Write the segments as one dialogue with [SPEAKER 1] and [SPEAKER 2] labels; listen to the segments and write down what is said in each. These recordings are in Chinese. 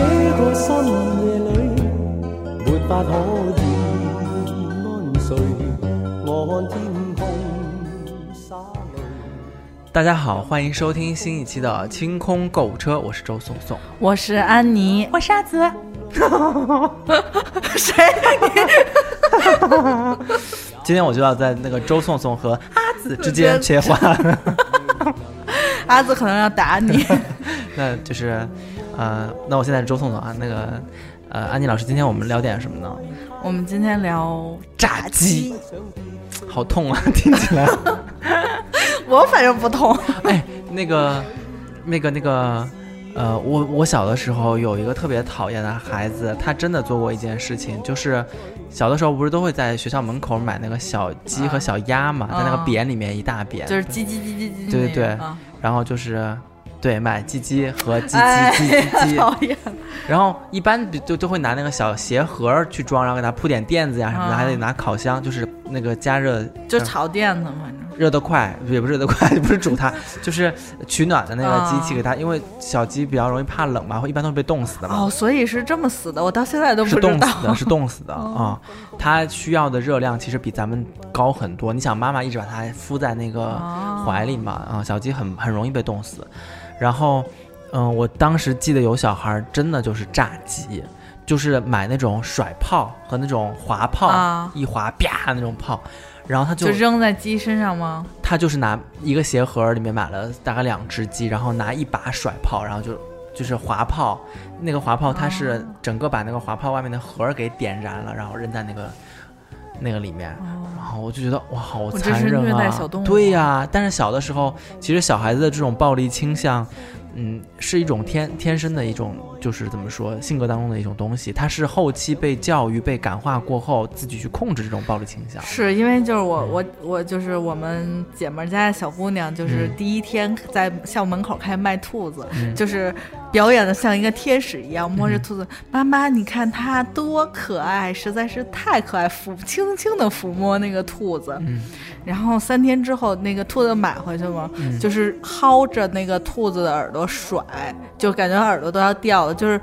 [SPEAKER 1] 深夜里，没法可以安睡。我看天空洒泪。
[SPEAKER 2] 大家好，欢迎收听新一期的清空购物车，我是周颂颂。
[SPEAKER 3] 我是安妮，我是阿紫。谁？
[SPEAKER 2] 今天我就要在那个周颂颂和阿紫之间切换，
[SPEAKER 3] 阿紫可能要打 你。
[SPEAKER 2] 那就是，呃，那我现在是周颂颂啊，那个，呃，安妮老师，今天我们聊点什么呢？
[SPEAKER 3] 我们今天聊
[SPEAKER 2] 炸鸡，好痛啊，听起 来。
[SPEAKER 3] 我反正不痛。
[SPEAKER 2] 哎，那个，那个，那个，呃，我我小的时候有一个特别讨厌的孩子，他真的做过一件事情，就是小的时候不是都会在学校门口买那个小鸡和小鸭嘛，在那个
[SPEAKER 3] 啊
[SPEAKER 2] 扁里面一大扁，
[SPEAKER 3] 就是叽叽叽叽叽那个。
[SPEAKER 2] 对对对
[SPEAKER 3] 啊
[SPEAKER 2] 然后就是。对，买鸡鸡和鸡
[SPEAKER 3] 哎
[SPEAKER 2] 鸡鸡鸡 鸡，
[SPEAKER 3] 讨厌。
[SPEAKER 2] 然后一般比就就会拿那个小鞋盒儿去装，然后给它铺点垫子呀什么的，
[SPEAKER 3] 啊
[SPEAKER 2] 还得拿烤箱，就是那个加热
[SPEAKER 3] 就
[SPEAKER 2] 呃
[SPEAKER 3] 炒店的嘛，反正
[SPEAKER 2] 热得快，也不是热得快， 不是煮它，就是取暖的那个机器
[SPEAKER 3] 啊
[SPEAKER 2] 给它，因为小鸡比较容易怕冷嘛，会一般都是被冻死的嘛，
[SPEAKER 3] 哦，所以是这么死的，我到现在都不
[SPEAKER 2] 是
[SPEAKER 3] 知
[SPEAKER 2] 冻
[SPEAKER 3] 道。 哦
[SPEAKER 2] 死的，是冻死的啊、它需要的热量其实比咱们高很多。你想，妈妈一直把它敷在那个
[SPEAKER 3] 哦
[SPEAKER 2] 怀里嘛，啊、小鸡很很容易被冻死。然后，嗯、我当时记得有小孩儿真的就是炸鸡，就是买那种甩炮和那种滑炮，
[SPEAKER 3] 啊
[SPEAKER 2] 一滑啪那种炮，然后他
[SPEAKER 3] 就扔在鸡身上吗？
[SPEAKER 2] 他就是拿一个鞋盒里面买了大概两只鸡，然后拿一把甩炮，然后就就是滑炮，那个滑炮它是整个把那个滑炮外面的盒儿给点燃了，然后扔在那个那个里面。然后我就觉得哇，好
[SPEAKER 3] 这
[SPEAKER 2] 残
[SPEAKER 3] 哦是
[SPEAKER 2] 忍啊！
[SPEAKER 3] 虐待小动物
[SPEAKER 2] 对呀、但是小的时候，其实小孩子的这种暴力倾向，嗯，是一种天天生的一种，就是怎么说，性格当中的一种东西。它是后期被教育、被感化过后，自己去控制这种暴力倾向。
[SPEAKER 3] 是因为就是我我我就是我们姐们儿家的小姑娘，就是
[SPEAKER 2] 嗯
[SPEAKER 3] 第一天在校门口开始卖兔子，就是表演的像一个天使一样，摸着兔子，妈妈你看它多可爱，实在是太可爱，抚轻轻的抚摸那个兔子，然后三天之后那个兔子买回去嘛，就是薅着那个兔子的耳朵甩，就感觉耳朵都要掉了，就是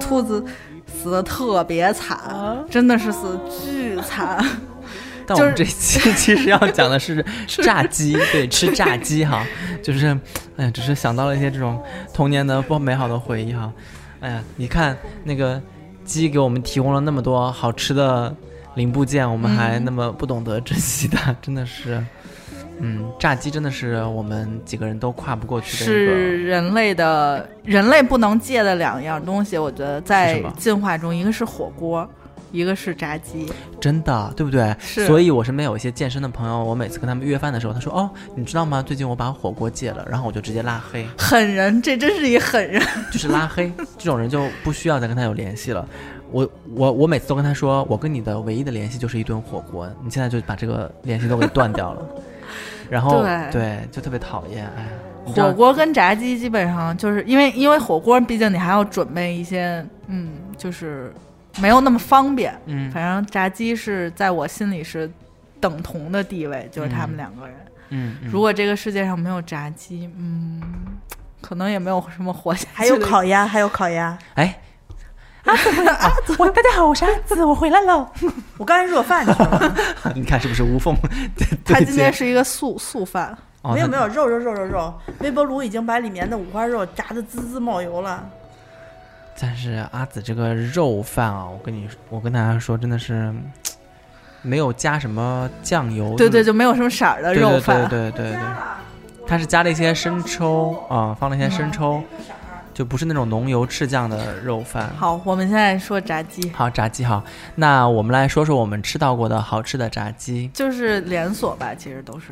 [SPEAKER 3] 兔子死的特别惨，真的是死得巨惨。
[SPEAKER 2] 但我们这 期其实要讲的是炸鸡，对，吃炸鸡哈，就是，哎呀，只是想到了一些这种童年的不美好的回忆哈，哎呀，你看那个鸡给我们提供了那么多好吃的零部件，我们还
[SPEAKER 3] 嗯
[SPEAKER 2] 那么不懂得珍惜它，真的是，嗯，炸鸡真的是我们几个人都跨不过去的一个。
[SPEAKER 3] 是人类的人类不能戒的两样东西，我觉得
[SPEAKER 2] 是
[SPEAKER 3] 在
[SPEAKER 2] 什么
[SPEAKER 3] 进化中，一个是火锅，一个是炸鸡。
[SPEAKER 2] 真的，对不对？
[SPEAKER 3] 是
[SPEAKER 2] 所以我身边有一些健身的朋友，我每次跟他们约饭的时候，他说：“哦，你知道吗？最近我把火锅戒了。”然后我就直接拉黑。
[SPEAKER 3] 狠人，这真是一狠人。
[SPEAKER 2] 就是拉黑这种人就不需要再跟他有联系了。我我我每次都跟他说，我跟你的唯一的联系就是一顿火锅，你现在就把这个联系都给断掉了。 然后
[SPEAKER 3] 对
[SPEAKER 2] 就特别讨厌，哎呀，你知道
[SPEAKER 3] 火锅跟炸鸡基本上就是因为因为火锅，毕竟你还要准备一些，嗯，就是没有那么方便。
[SPEAKER 2] 嗯
[SPEAKER 3] 反正炸鸡是在我心里是等同的地位，就是他们两个人。
[SPEAKER 2] 嗯，嗯
[SPEAKER 3] 如果这个世界上没有炸鸡，嗯，可能也没有什么活下去的。
[SPEAKER 4] 还有烤鸭，还有烤鸭。
[SPEAKER 2] 哎，
[SPEAKER 4] 我大家好，我是阿紫，我回来了。 我刚才热饭去了，
[SPEAKER 2] 你看是不是无缝对
[SPEAKER 3] 他
[SPEAKER 2] 对
[SPEAKER 3] 今天
[SPEAKER 2] 接？
[SPEAKER 3] 是一个素素饭，
[SPEAKER 2] 哦
[SPEAKER 4] 没有
[SPEAKER 2] 那
[SPEAKER 4] 没有肉肉肉肉肉，微波炉已经把里面的五花肉炸得滋滋冒油了。
[SPEAKER 2] 但是阿紫这个肉饭啊，我跟你说我跟大家说，真的是没有加什么酱油，
[SPEAKER 3] 对
[SPEAKER 2] 就是
[SPEAKER 3] 对，就没有什么色儿的
[SPEAKER 2] 对
[SPEAKER 3] 肉饭。
[SPEAKER 2] 对对对对对，它是加了一些生抽啊、放了一些生抽，就不是那种浓油赤酱的肉饭。
[SPEAKER 3] 好，我们现在说炸鸡，
[SPEAKER 2] 好，炸鸡好，那我们来说说我们吃到过的好吃的炸鸡。
[SPEAKER 3] 就是连锁吧，其实都是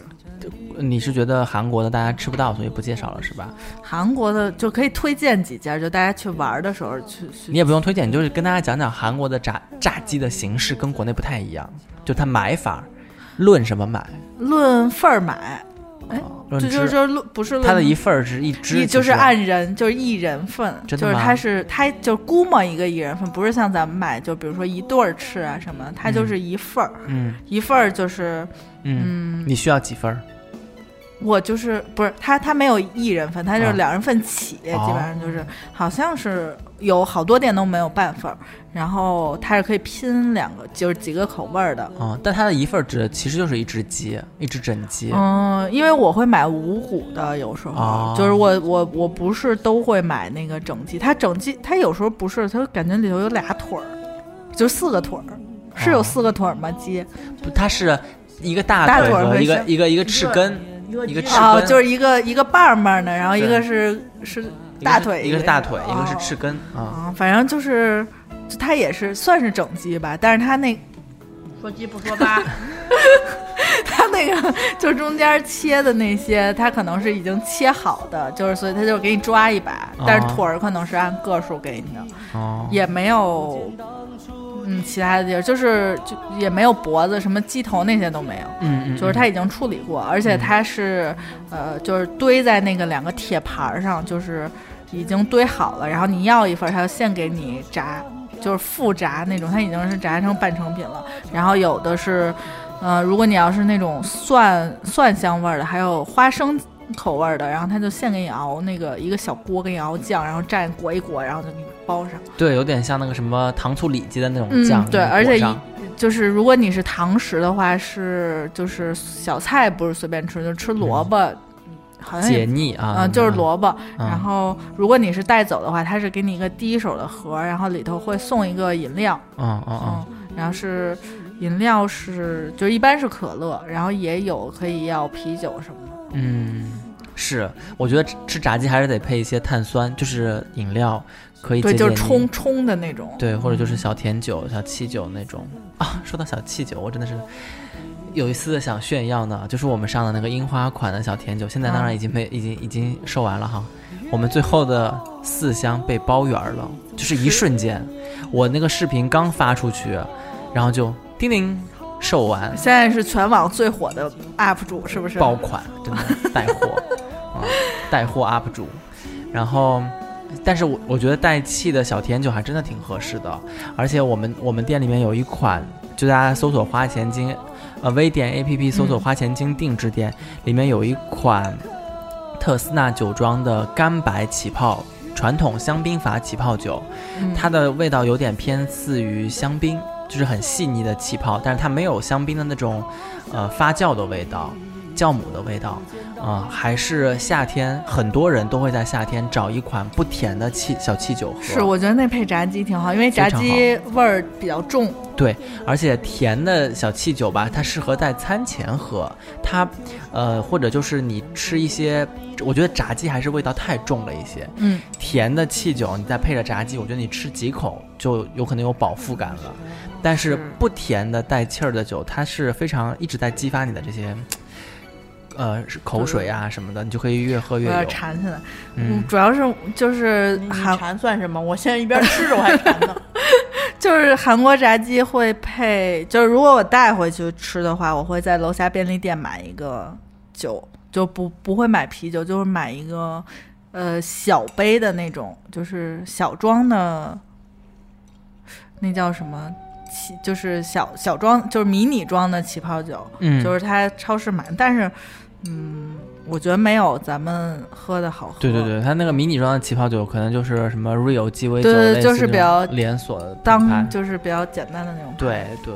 [SPEAKER 2] 你是觉得韩国的大家吃不到，所以不介绍了是吧？
[SPEAKER 3] 韩国的，就可以推荐几家，就大家去玩的时候去去。
[SPEAKER 2] 你也不用推荐，你就是跟大家讲讲韩国的炸炸鸡的形式跟国内不太一样，就它买法，论什么买，
[SPEAKER 3] 论份儿买，
[SPEAKER 2] 论
[SPEAKER 3] 这就是
[SPEAKER 2] 只，
[SPEAKER 3] 就是论不是论
[SPEAKER 2] 它的一份儿是一只，
[SPEAKER 3] 一就
[SPEAKER 2] 其实
[SPEAKER 3] 是按人，就是一人份，
[SPEAKER 2] 真
[SPEAKER 3] 就
[SPEAKER 2] 的吗
[SPEAKER 3] 是它是它就是估摸一个一人份，不是像咱们买就比如说一对儿吃啊什么，它就是一份儿，
[SPEAKER 2] 嗯
[SPEAKER 3] 一份儿就是
[SPEAKER 2] 嗯，你需要几份儿？
[SPEAKER 3] 我就是不是他，他没有一人份，他就是
[SPEAKER 2] 啊
[SPEAKER 3] 两人份起，
[SPEAKER 2] 哦
[SPEAKER 3] 基本上就是好像是有好多店都没有半份儿，然后它是可以拼两个，就是几个口味儿的。
[SPEAKER 2] 啊、但它的一份儿只其实就是一只鸡，一只整鸡。
[SPEAKER 3] 嗯，因为我会买五谷的，有时候、
[SPEAKER 2] 哦
[SPEAKER 3] 就是我我我不是都会买那个整鸡，它整鸡它有时候不是，它感觉里头有俩腿儿，就四个腿儿，是有
[SPEAKER 2] 哦
[SPEAKER 3] 四个腿儿吗？鸡
[SPEAKER 2] 不它是一个大
[SPEAKER 3] 大
[SPEAKER 2] 腿
[SPEAKER 3] 腿儿
[SPEAKER 2] 和
[SPEAKER 3] 会
[SPEAKER 2] 一个
[SPEAKER 3] 先
[SPEAKER 2] 一个一个翅根，
[SPEAKER 4] 一
[SPEAKER 2] 一个翅
[SPEAKER 3] 啊、
[SPEAKER 2] 根，
[SPEAKER 3] 就是一个一个棒棒的，然后一
[SPEAKER 2] 对
[SPEAKER 3] 个是是
[SPEAKER 2] 一个
[SPEAKER 3] 大
[SPEAKER 2] 是
[SPEAKER 3] 腿，
[SPEAKER 2] 一个是大腿，一个是
[SPEAKER 3] 哦
[SPEAKER 2] 翅根啊。
[SPEAKER 3] 啊，反正就是，就它也是算是整鸡吧，但是它那
[SPEAKER 4] 说鸡不说 八，
[SPEAKER 3] 它那个就是中间切的那些，它可能是已经切好的，就是所以它就是给你抓一把，但是
[SPEAKER 2] 哦
[SPEAKER 3] 腿儿可能是按个数给你的，
[SPEAKER 2] 哦，
[SPEAKER 3] 也没有，嗯，其他的地儿就是就也没有脖子，什么鸡头那些都没有。
[SPEAKER 2] 嗯嗯，
[SPEAKER 3] 就是
[SPEAKER 2] 嗯
[SPEAKER 3] 它已经处理过，而且它是，呃，就是堆在那个两个铁盘儿上，就是已经堆好了。然后你要一份儿，它就现给你炸，就是复炸那种，它已经是炸成半成品了。然后有的是，呃，如果你要是那种蒜蒜香味儿的，还有花生。口味儿的，然后它就现给你熬那个一个小锅，给你熬酱，然后蘸裹一裹，然后就给你包上。
[SPEAKER 2] 对，有点像那个什么糖醋里脊的那种
[SPEAKER 3] 嗯
[SPEAKER 2] 酱，
[SPEAKER 3] 对
[SPEAKER 2] 那个
[SPEAKER 3] 而
[SPEAKER 2] 裹
[SPEAKER 3] 且
[SPEAKER 2] 上
[SPEAKER 3] 就是如果你是堂食的话，是就是小菜不是随便吃，就吃萝卜，好像
[SPEAKER 2] 嗯解
[SPEAKER 3] 也
[SPEAKER 2] 腻啊，
[SPEAKER 3] 嗯、就是萝卜。
[SPEAKER 2] 嗯
[SPEAKER 3] 然后如果你是带走的话，它是给你一个第一手的盒，然后里头会送一个饮料，
[SPEAKER 2] 嗯嗯嗯，
[SPEAKER 3] 然后是饮料是就一般是可乐，然后也有可以要啤酒什么的。
[SPEAKER 2] 嗯，是，我觉得吃吃炸鸡还是得配一些碳酸，就是饮料可以
[SPEAKER 3] 对，
[SPEAKER 2] 解
[SPEAKER 3] 就是
[SPEAKER 2] 解腻
[SPEAKER 3] 冲冲的那种。
[SPEAKER 2] 对，或者就是小甜酒、小气酒那种啊。说到小气酒，我真的是有一丝的想炫耀呢，就是我们上的那个樱花款的小甜酒，现在当然已经被、已经已经售完了哈。我们最后的四箱被包圆了，就是一瞬间，我那个视频刚发出去，然后就叮铃售完，
[SPEAKER 3] 现在是全网最火的 UP 主，是不是？
[SPEAKER 2] 爆款，真的带货啊、带货 UP 主。然后，但是我我觉得带气的小甜酒还真的挺合适的，而且我们我们店里面有一款，就大家搜索花钱精，呃微店 APP 搜索
[SPEAKER 3] 嗯
[SPEAKER 2] 花钱精定制店，里面有一款特斯纳酒庄的干白起泡传统香槟法起泡酒，
[SPEAKER 3] 嗯
[SPEAKER 2] 它的味道有点偏似于香槟，就是很细腻的气泡，但是它没有香槟的那种，呃，发酵的味道，酵母的味道，啊、还是夏天很多人都会在夏天找一款不甜的气小气酒喝，
[SPEAKER 3] 是，我觉得那配炸鸡挺好，因为炸
[SPEAKER 2] 非常好
[SPEAKER 3] 鸡味儿比较重。
[SPEAKER 2] 对，而且甜的小气酒吧，它适合在餐前喝，它，呃，或者就是你吃一些，我觉得炸鸡还是味道太重了一些，
[SPEAKER 3] 嗯，
[SPEAKER 2] 甜的气酒，你再配着炸鸡，我觉得你吃几口就有可能有饱腹感了。但是不甜的带气儿的酒，它是非常一直在激发你的这些，呃，是口水啊什么的，你就可以越喝越
[SPEAKER 3] 我要
[SPEAKER 2] 有。
[SPEAKER 3] 呃馋起来。
[SPEAKER 2] 嗯，
[SPEAKER 3] 主要是就是
[SPEAKER 5] 嗯
[SPEAKER 4] 你
[SPEAKER 3] 韩
[SPEAKER 4] 馋算什么？我现在一边吃着我还馋 呢。
[SPEAKER 3] 就是韩国炸鸡会配，就是如果我带回去吃的话，我会在楼下便利店买一个酒，就不不会买啤酒，就是买一个呃小杯的那种，就是小装的，那叫什么？起就是小小装，就是迷你装的起泡酒，
[SPEAKER 2] 嗯
[SPEAKER 3] 就是它超市买，但是，嗯，我觉得没有咱们喝的好喝。
[SPEAKER 2] 对对对，它那个迷你装的起泡酒，可能就是什么 Rio 鸡尾酒，
[SPEAKER 3] 对对
[SPEAKER 2] 类似
[SPEAKER 3] 就是
[SPEAKER 2] 这种
[SPEAKER 3] 比较
[SPEAKER 2] 连锁的品牌
[SPEAKER 3] 当就是比较简单的那种。
[SPEAKER 2] 对对，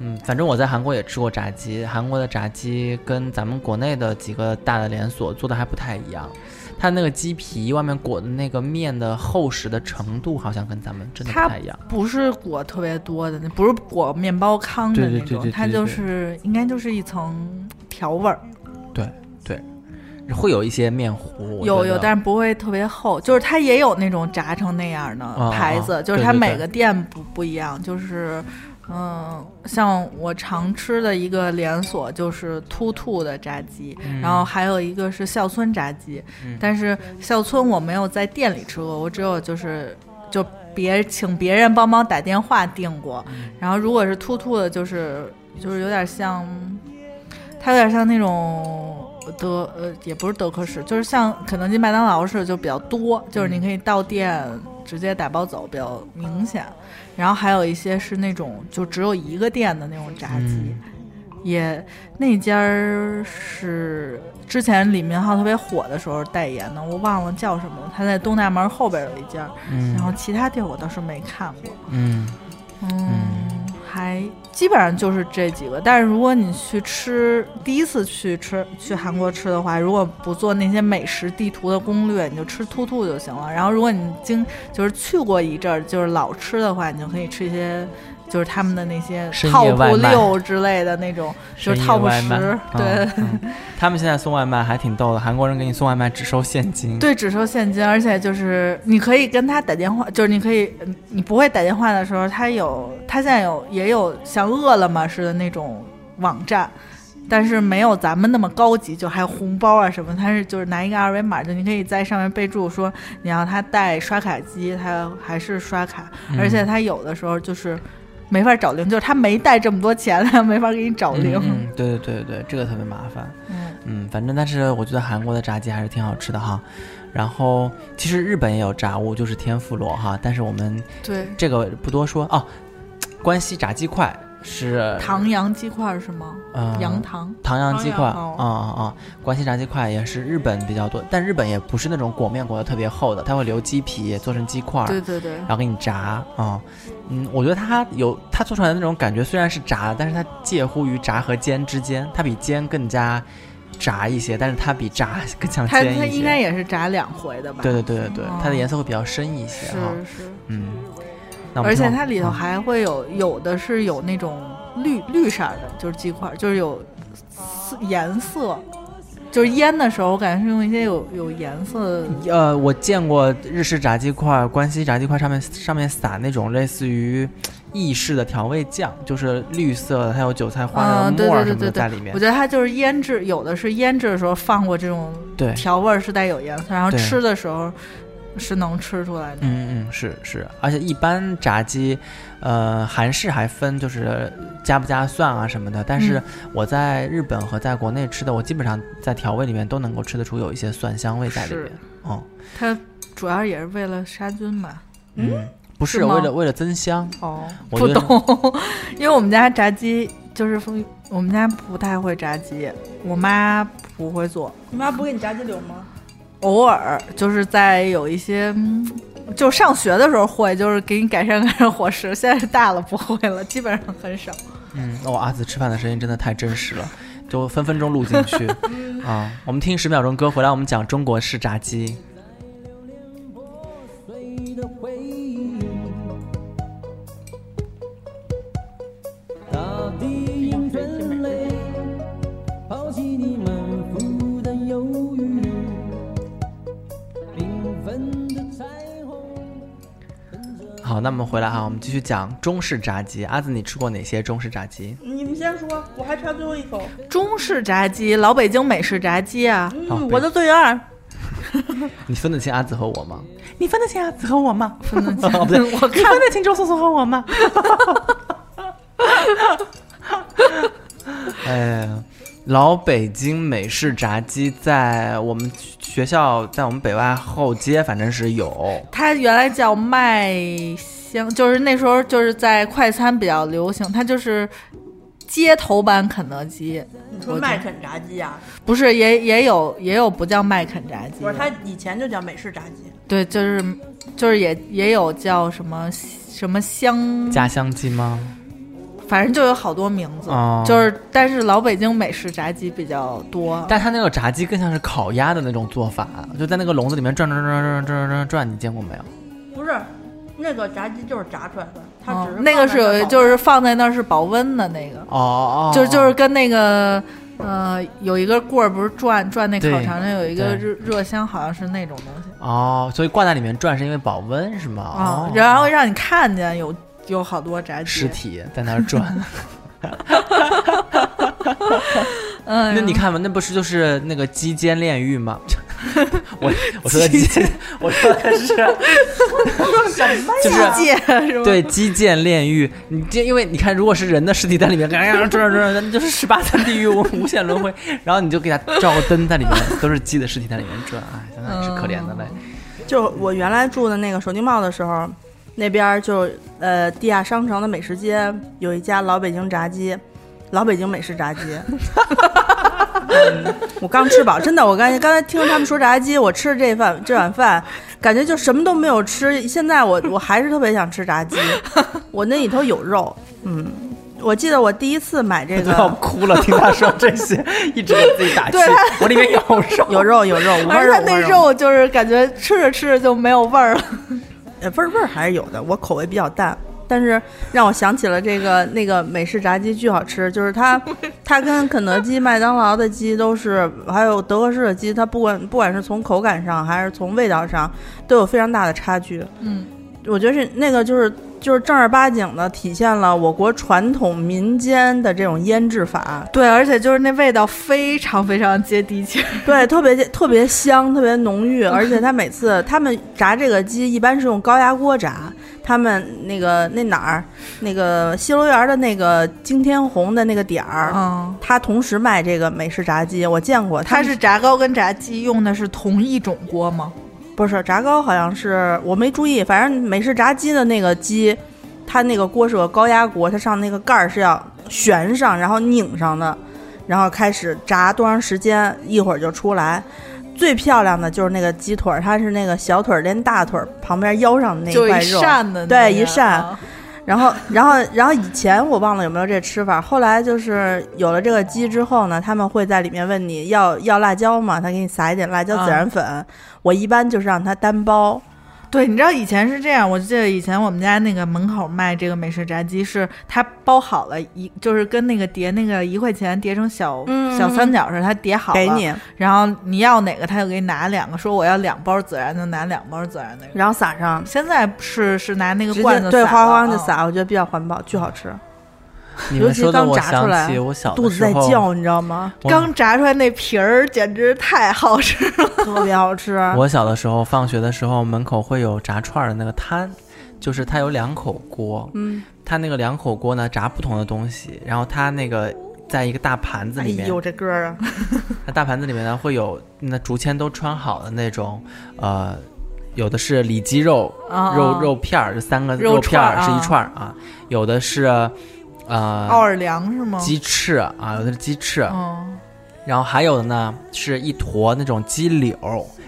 [SPEAKER 2] 嗯，反正我在韩国也吃过炸鸡，韩国的炸鸡跟咱们国内的几个大的连锁做的还不太一样，它那个鸡皮外面裹的那个面的厚实的程度，好像跟咱们真的不
[SPEAKER 3] 它
[SPEAKER 2] 太一样。
[SPEAKER 3] 不是裹特别多的，那不是裹面包糠的
[SPEAKER 2] 对对
[SPEAKER 3] 那
[SPEAKER 2] 对对
[SPEAKER 3] 种
[SPEAKER 2] 对，
[SPEAKER 3] 它
[SPEAKER 2] 对对
[SPEAKER 3] 就是应该就是一层调味儿，
[SPEAKER 2] 对对，会有一些面糊，我
[SPEAKER 3] 有
[SPEAKER 2] 觉
[SPEAKER 3] 有，
[SPEAKER 2] 得
[SPEAKER 3] 但是不会特别厚。就是它也有那种炸成那样的
[SPEAKER 2] 啊啊
[SPEAKER 3] 牌子，
[SPEAKER 2] 啊
[SPEAKER 3] 就是
[SPEAKER 2] 对
[SPEAKER 3] 它
[SPEAKER 2] 对
[SPEAKER 3] 每
[SPEAKER 2] 对
[SPEAKER 3] 个店不不一样，就是。嗯，像我常吃的一个连锁就是突突的炸鸡，
[SPEAKER 2] 嗯
[SPEAKER 3] 然后还有一个是孝村炸鸡，但是孝村我没有在店里吃过，我只有就是就别请别人帮忙打电话订过，然后如果是突突的，就是就是有点像，它有点像那种德呃，也不是德克士，就是像肯德基、麦当劳似的，就比较多，就是你可以到店直接打包走，比较明显。然后还有一些是那种就只有一个店的那种炸鸡，
[SPEAKER 2] 嗯
[SPEAKER 3] 也那家儿是之前李明浩特别火的时候代言的，我忘了叫什么了，他在东大门后边有一家，
[SPEAKER 2] 嗯
[SPEAKER 3] 然后其他店我倒是没看过，
[SPEAKER 2] 嗯
[SPEAKER 3] 嗯，还基本上就是这几个。但是如果你去吃第一次去吃去韩国吃的话，如果不做那些美食地图的攻略，你就吃兔兔就行了。然后如果你经就是去过一阵儿，就是老吃的话，你就可以吃一些。就是他们的那些
[SPEAKER 2] 深夜
[SPEAKER 3] top
[SPEAKER 2] 外卖嗯
[SPEAKER 3] 六之类的那种，就是
[SPEAKER 2] 深夜
[SPEAKER 3] top
[SPEAKER 2] 外卖
[SPEAKER 3] 十，对、
[SPEAKER 2] 嗯嗯他们现在送外卖还挺逗的，韩国人给你送外卖只收现金，嗯
[SPEAKER 3] 对，只收现金，而且就是你可以跟他打电话，就是你可以，嗯你不会打电话的时候，他有他现在有也有像饿了么似的那种网站，但是没有咱们那么高级，就还有红包啊什么，他是就是拿一个二维码，就你可以在上面备注说你要他带刷卡机，他还是刷卡，而且他有的时候就是没法找零，就是他没带这么多钱，他没法给你找零。
[SPEAKER 2] 嗯，嗯对对对对对，这个特别麻烦。
[SPEAKER 3] 嗯
[SPEAKER 2] 嗯，反正但是我觉得韩国的炸鸡还是挺好吃的哈。然后其实日本也有炸物，就是天妇罗哈，但是我们
[SPEAKER 3] 对，
[SPEAKER 2] 这个不多说哦。关西炸鸡块是
[SPEAKER 3] 唐扬鸡块是吗？
[SPEAKER 2] 嗯
[SPEAKER 3] 羊糖。
[SPEAKER 2] 唐扬鸡块，
[SPEAKER 4] 唐
[SPEAKER 2] 啊
[SPEAKER 4] 扬
[SPEAKER 2] 啊啊！关西炸鸡块也是日本比较多，但日本也不是那种裹面裹得特别厚的，它会留鸡皮做成鸡块儿，
[SPEAKER 3] 对对对，
[SPEAKER 2] 然后给你炸啊。嗯，我觉得它有它做出来的那种感觉，虽然是炸的，但是它介乎于炸和煎之间，它比煎更加炸一些，但是它比炸更像
[SPEAKER 3] 它
[SPEAKER 2] 煎
[SPEAKER 3] 它
[SPEAKER 2] 一
[SPEAKER 3] 应该
[SPEAKER 2] 些。
[SPEAKER 3] 也是炸两回的吧？
[SPEAKER 2] 对对对对对，
[SPEAKER 3] 哦
[SPEAKER 2] 它的颜色会比较深一些哈。
[SPEAKER 3] 是是，
[SPEAKER 2] 嗯，那我们
[SPEAKER 3] 而且
[SPEAKER 2] 听
[SPEAKER 3] 它里头
[SPEAKER 2] 嗯
[SPEAKER 3] 还会有有的是有那种绿绿色儿的，就是鸡块儿，就是有色颜色，就是腌的时候，我感觉是用一些有有颜色的。
[SPEAKER 2] 呃，我见过日式炸鸡块、关西炸鸡块上面上面撒那种类似于意式的调味酱，就是绿色的，还有韭菜花、还有
[SPEAKER 3] 嗯对
[SPEAKER 2] 沫儿什
[SPEAKER 3] 对
[SPEAKER 2] 么
[SPEAKER 3] 对
[SPEAKER 2] 的
[SPEAKER 3] 对
[SPEAKER 2] 在里面
[SPEAKER 3] 我。觉得它就是腌制，有的是腌制的时候放过这种
[SPEAKER 2] 对，
[SPEAKER 3] 调味儿是带有颜色，然后
[SPEAKER 2] 对
[SPEAKER 3] 吃的时候是能吃出来的。
[SPEAKER 2] 嗯嗯是是，而且一般炸鸡，呃，韩式还分就是加不加蒜啊什么的，但是
[SPEAKER 3] 嗯
[SPEAKER 2] 我在日本和在国内吃的，我基本上在调味里面都能够吃得出有一些蒜香味在里
[SPEAKER 3] 是
[SPEAKER 2] 面。哦，
[SPEAKER 3] 它主要也是为了杀菌嘛。
[SPEAKER 2] 嗯，不是
[SPEAKER 3] 是吗
[SPEAKER 2] 为了为了增香，
[SPEAKER 3] 哦，
[SPEAKER 2] 我
[SPEAKER 3] 不
[SPEAKER 2] 觉得
[SPEAKER 3] 懂，因为我们家炸鸡就是我们家不太会炸鸡，我妈不会做，
[SPEAKER 4] 你妈不给你炸鸡柳吗？
[SPEAKER 3] 偶尔就是在有一些。嗯就上学的时候会，就是给你改善改善伙食。现在大了不会了，基本上很少。
[SPEAKER 2] 嗯，那我阿紫吃饭的声音真的太真实了，就分分钟录进 去啊！我们听十秒钟歌，回来我们讲中国式炸鸡。
[SPEAKER 1] 碎的回忆。大地因分类，抛弃你满腹的忧郁，缤纷的彩虹。
[SPEAKER 2] 好，那我们回来哈，啊我们继续讲中式炸鸡。阿紫，你吃过哪些中式炸鸡？
[SPEAKER 4] 你们先说，我还差最后一口。
[SPEAKER 3] 中式炸鸡、老北京美式炸鸡啊，
[SPEAKER 2] 好
[SPEAKER 4] 嗯，我的最爱，
[SPEAKER 2] 你分得清阿紫和我吗？
[SPEAKER 4] 你分得清阿紫和我吗？
[SPEAKER 2] 哦，不对，
[SPEAKER 3] 我
[SPEAKER 4] 你分得清周松松和我吗？
[SPEAKER 2] 哎，老北京美式炸鸡在我们学校，在我们北外后街，反正是有。
[SPEAKER 3] 它原来叫麦香，就是那时候就是在快餐比较流行，它就是街头版肯德基。
[SPEAKER 4] 你说麦肯炸鸡啊？
[SPEAKER 3] 不是，也也有也有不叫麦肯炸鸡
[SPEAKER 4] 不，是，它以前就叫美式炸鸡。
[SPEAKER 3] 对，就是就是也也有叫什么什么香，
[SPEAKER 2] 家乡鸡吗？
[SPEAKER 3] 反正就有好多名字，
[SPEAKER 2] 哦
[SPEAKER 3] 就是但是老北京美式炸鸡比较多。
[SPEAKER 2] 但它那个炸鸡更像是烤鸭的那种做法，就在那个笼子里面转转转转转转转转，你见过没有？
[SPEAKER 4] 不是，那个炸鸡就是炸出来的，它
[SPEAKER 3] 嗯
[SPEAKER 4] 只哦是、
[SPEAKER 3] 那个是有，就是放在那儿是保温的那个，
[SPEAKER 2] 哦哦，
[SPEAKER 3] 就是就是跟那个呃有一根棍儿，不是转转那烤
[SPEAKER 2] 对
[SPEAKER 3] 肠上有一
[SPEAKER 2] 对
[SPEAKER 3] 个热热香，好像是那种东西
[SPEAKER 2] 哦，所以挂在里面转是因为保温是吗？
[SPEAKER 3] 啊
[SPEAKER 2] 哦，，
[SPEAKER 3] 然后让你看见有有好多炸
[SPEAKER 2] 尸
[SPEAKER 3] 鸡。
[SPEAKER 2] 体在那儿转，
[SPEAKER 3] 嗯，
[SPEAKER 5] 嗯
[SPEAKER 2] 那你看吧，那不是就是那个鸡奸炼狱吗？ 我我说的鸡， 我说的 是什么就是
[SPEAKER 3] 世界是吧？
[SPEAKER 2] 对，基建炼狱，你这因为你看，如果是人的尸体在里面， 嘎嘎转转转，那就是十八层地狱，无限轮回。然后你就给它照个灯在里面，都是鸡的尸体在里面转，哎，真的是可怜的嘞。
[SPEAKER 5] 嗯就我原来住的那个首经贸的时候，那边儿就呃地下商城的美食街有一家老北京炸鸡，老北京美式炸鸡。嗯我刚吃饱，真的，我刚才刚才听他们说炸鸡，我吃了这饭这碗饭，感觉就什么都没有吃。现在我我还是特别想吃炸鸡，我那里头有肉。嗯，我记得我第一次买 这
[SPEAKER 2] 都要
[SPEAKER 5] 个
[SPEAKER 2] 哭了，听他说这 些，一直给自己打气
[SPEAKER 3] 对。
[SPEAKER 2] 我里面有肉，
[SPEAKER 5] 有肉有肉，五花
[SPEAKER 3] 而
[SPEAKER 5] 肉
[SPEAKER 3] 且它那
[SPEAKER 5] 五花
[SPEAKER 3] 肉就是感觉吃着吃着就没有味儿了。
[SPEAKER 5] 呃，味儿味儿还是有的，我口味比较淡，但是让我想起了这个那个美式炸鸡巨好吃，就是它它跟肯德基、麦当劳的鸡都是，还有德克士的鸡，它不管不管是从口感上还是从味道上，都有非常大的差距。
[SPEAKER 3] 嗯，
[SPEAKER 5] 我觉得是那个就是就是正儿八经的体现了我国传统民间的这种腌制法，
[SPEAKER 3] 对，而且就是那味道非常非常接地气。
[SPEAKER 5] 对，特别特别香，特别浓郁，而 且它每次他们炸这个鸡一般是用高压锅炸，他们那个那哪儿那个西楼园的那个惊天红的那个点儿。
[SPEAKER 3] 嗯，
[SPEAKER 5] 他同时卖这个美式炸鸡，我见过。
[SPEAKER 3] 它
[SPEAKER 5] 他
[SPEAKER 3] 是炸糕跟炸鸡用的是同一种锅吗？
[SPEAKER 5] 不是炸糕？好像是我没注意，反正美式炸鸡的那个鸡，它那个锅是个高压锅，它上那个盖儿是要悬上，然后拧上的，然后开始炸多长时间，一会儿就出来。最漂亮的就是那个鸡腿儿，它是那个小腿儿连大腿儿旁边腰上的那
[SPEAKER 3] 就
[SPEAKER 5] 块
[SPEAKER 3] 一
[SPEAKER 5] 肉，
[SPEAKER 3] 扇的那
[SPEAKER 5] 对一
[SPEAKER 3] 个
[SPEAKER 5] 扇
[SPEAKER 3] 啊
[SPEAKER 5] 然后，然后，然后以前我忘了有没有这吃法。后来就是有了这个鸡之后呢，他们会在里面问你要要辣椒吗？他给你撒一点辣椒孜然粉。我一般就是让它单包，
[SPEAKER 3] 对，你知道以前是这样，我记得以前我们家那个门口卖这个美式炸鸡，是它包好了一，就是跟那个叠那个一块钱叠成小、
[SPEAKER 5] 嗯
[SPEAKER 3] 小三角似的，它叠好了
[SPEAKER 5] 给，你，
[SPEAKER 3] 然后你要哪个他就给你拿两个，说我要两包孜然就拿两包孜然那个。
[SPEAKER 5] 然后撒上，
[SPEAKER 3] 现在是是拿那个
[SPEAKER 5] 嗯直
[SPEAKER 3] 罐
[SPEAKER 5] 接
[SPEAKER 3] 子
[SPEAKER 5] 对
[SPEAKER 3] 撒
[SPEAKER 5] 哗
[SPEAKER 3] 了
[SPEAKER 5] 哗就
[SPEAKER 3] 嗯
[SPEAKER 5] 撒，我觉得比较环保，巨好吃。
[SPEAKER 2] 你们说的
[SPEAKER 5] 尤
[SPEAKER 2] 我
[SPEAKER 5] 其刚炸出
[SPEAKER 2] 想
[SPEAKER 5] 来
[SPEAKER 2] 起我小
[SPEAKER 5] 肚
[SPEAKER 2] 的
[SPEAKER 5] 子
[SPEAKER 2] 时
[SPEAKER 5] 在
[SPEAKER 2] 候，
[SPEAKER 5] 叫，你知道吗？
[SPEAKER 2] 我
[SPEAKER 3] 刚炸出来那皮儿简直太好吃了。
[SPEAKER 5] 特别好吃。
[SPEAKER 3] 啊
[SPEAKER 2] 我小的时候，放学的时候，门口会有炸串儿的那个摊，就是它有两口锅，
[SPEAKER 5] 嗯，
[SPEAKER 2] 它那个两口锅呢炸不同的东西，然后它那个在一个大盘子
[SPEAKER 5] 哎
[SPEAKER 2] 里面，
[SPEAKER 5] 呦这歌儿啊，
[SPEAKER 2] 它大盘子里面呢会有那竹签都穿好的那种，呃，有的是里脊肉
[SPEAKER 3] 啊
[SPEAKER 2] 肉肉片儿，这三个
[SPEAKER 3] 肉
[SPEAKER 2] 肉片
[SPEAKER 3] 串儿
[SPEAKER 2] 儿
[SPEAKER 3] 啊
[SPEAKER 2] 是一串儿啊，有的是
[SPEAKER 3] 奥
[SPEAKER 2] 呃
[SPEAKER 3] 尔良是吗？
[SPEAKER 2] 鸡啊翅啊，有的是鸡翅，
[SPEAKER 3] 嗯，
[SPEAKER 2] 然后还有的呢是一坨那种鸡柳，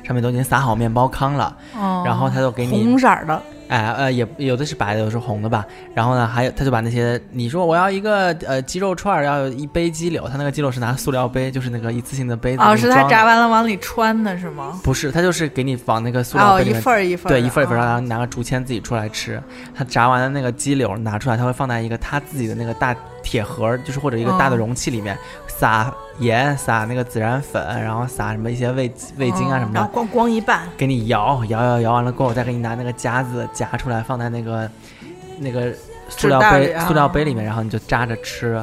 [SPEAKER 2] 上面都已经撒好面包糠了，
[SPEAKER 3] 嗯
[SPEAKER 2] 然后他就给你
[SPEAKER 5] 红色儿的，
[SPEAKER 2] 哎呃，也有的是白的，有的是红的吧。然后呢，还有他就把那些你说我要一个呃鸡肉串儿，要一杯鸡柳，他那个鸡柳是拿塑料杯，就是那个一次性的杯子。
[SPEAKER 3] 哦，是他
[SPEAKER 2] 它
[SPEAKER 3] 炸？完了往里穿的是吗？
[SPEAKER 2] 不是，他就是给你往那个塑料
[SPEAKER 3] 哦，
[SPEAKER 2] 杯里
[SPEAKER 3] 一
[SPEAKER 2] 面。
[SPEAKER 3] 份儿一份儿的，
[SPEAKER 2] 对，一份儿一份儿，
[SPEAKER 3] 嗯
[SPEAKER 2] 然后拿个竹签自己出来吃。他炸完的那个鸡柳拿出来，他会放在一个他自己的那个大铁盒儿，就是或者一个大的
[SPEAKER 3] 嗯
[SPEAKER 2] 容器里面，撒盐、撒那个孜然粉，然后撒什么一些味味精啊
[SPEAKER 3] 嗯
[SPEAKER 2] 什么的
[SPEAKER 5] 然后。咣咣一拌，
[SPEAKER 2] 给你摇摇摇摇完了过后，再给你拿那个夹子夹出来，放在那个那个塑料
[SPEAKER 3] 纸袋里
[SPEAKER 2] 杯、
[SPEAKER 3] 啊
[SPEAKER 2] 塑料杯里面，然后你就扎着吃。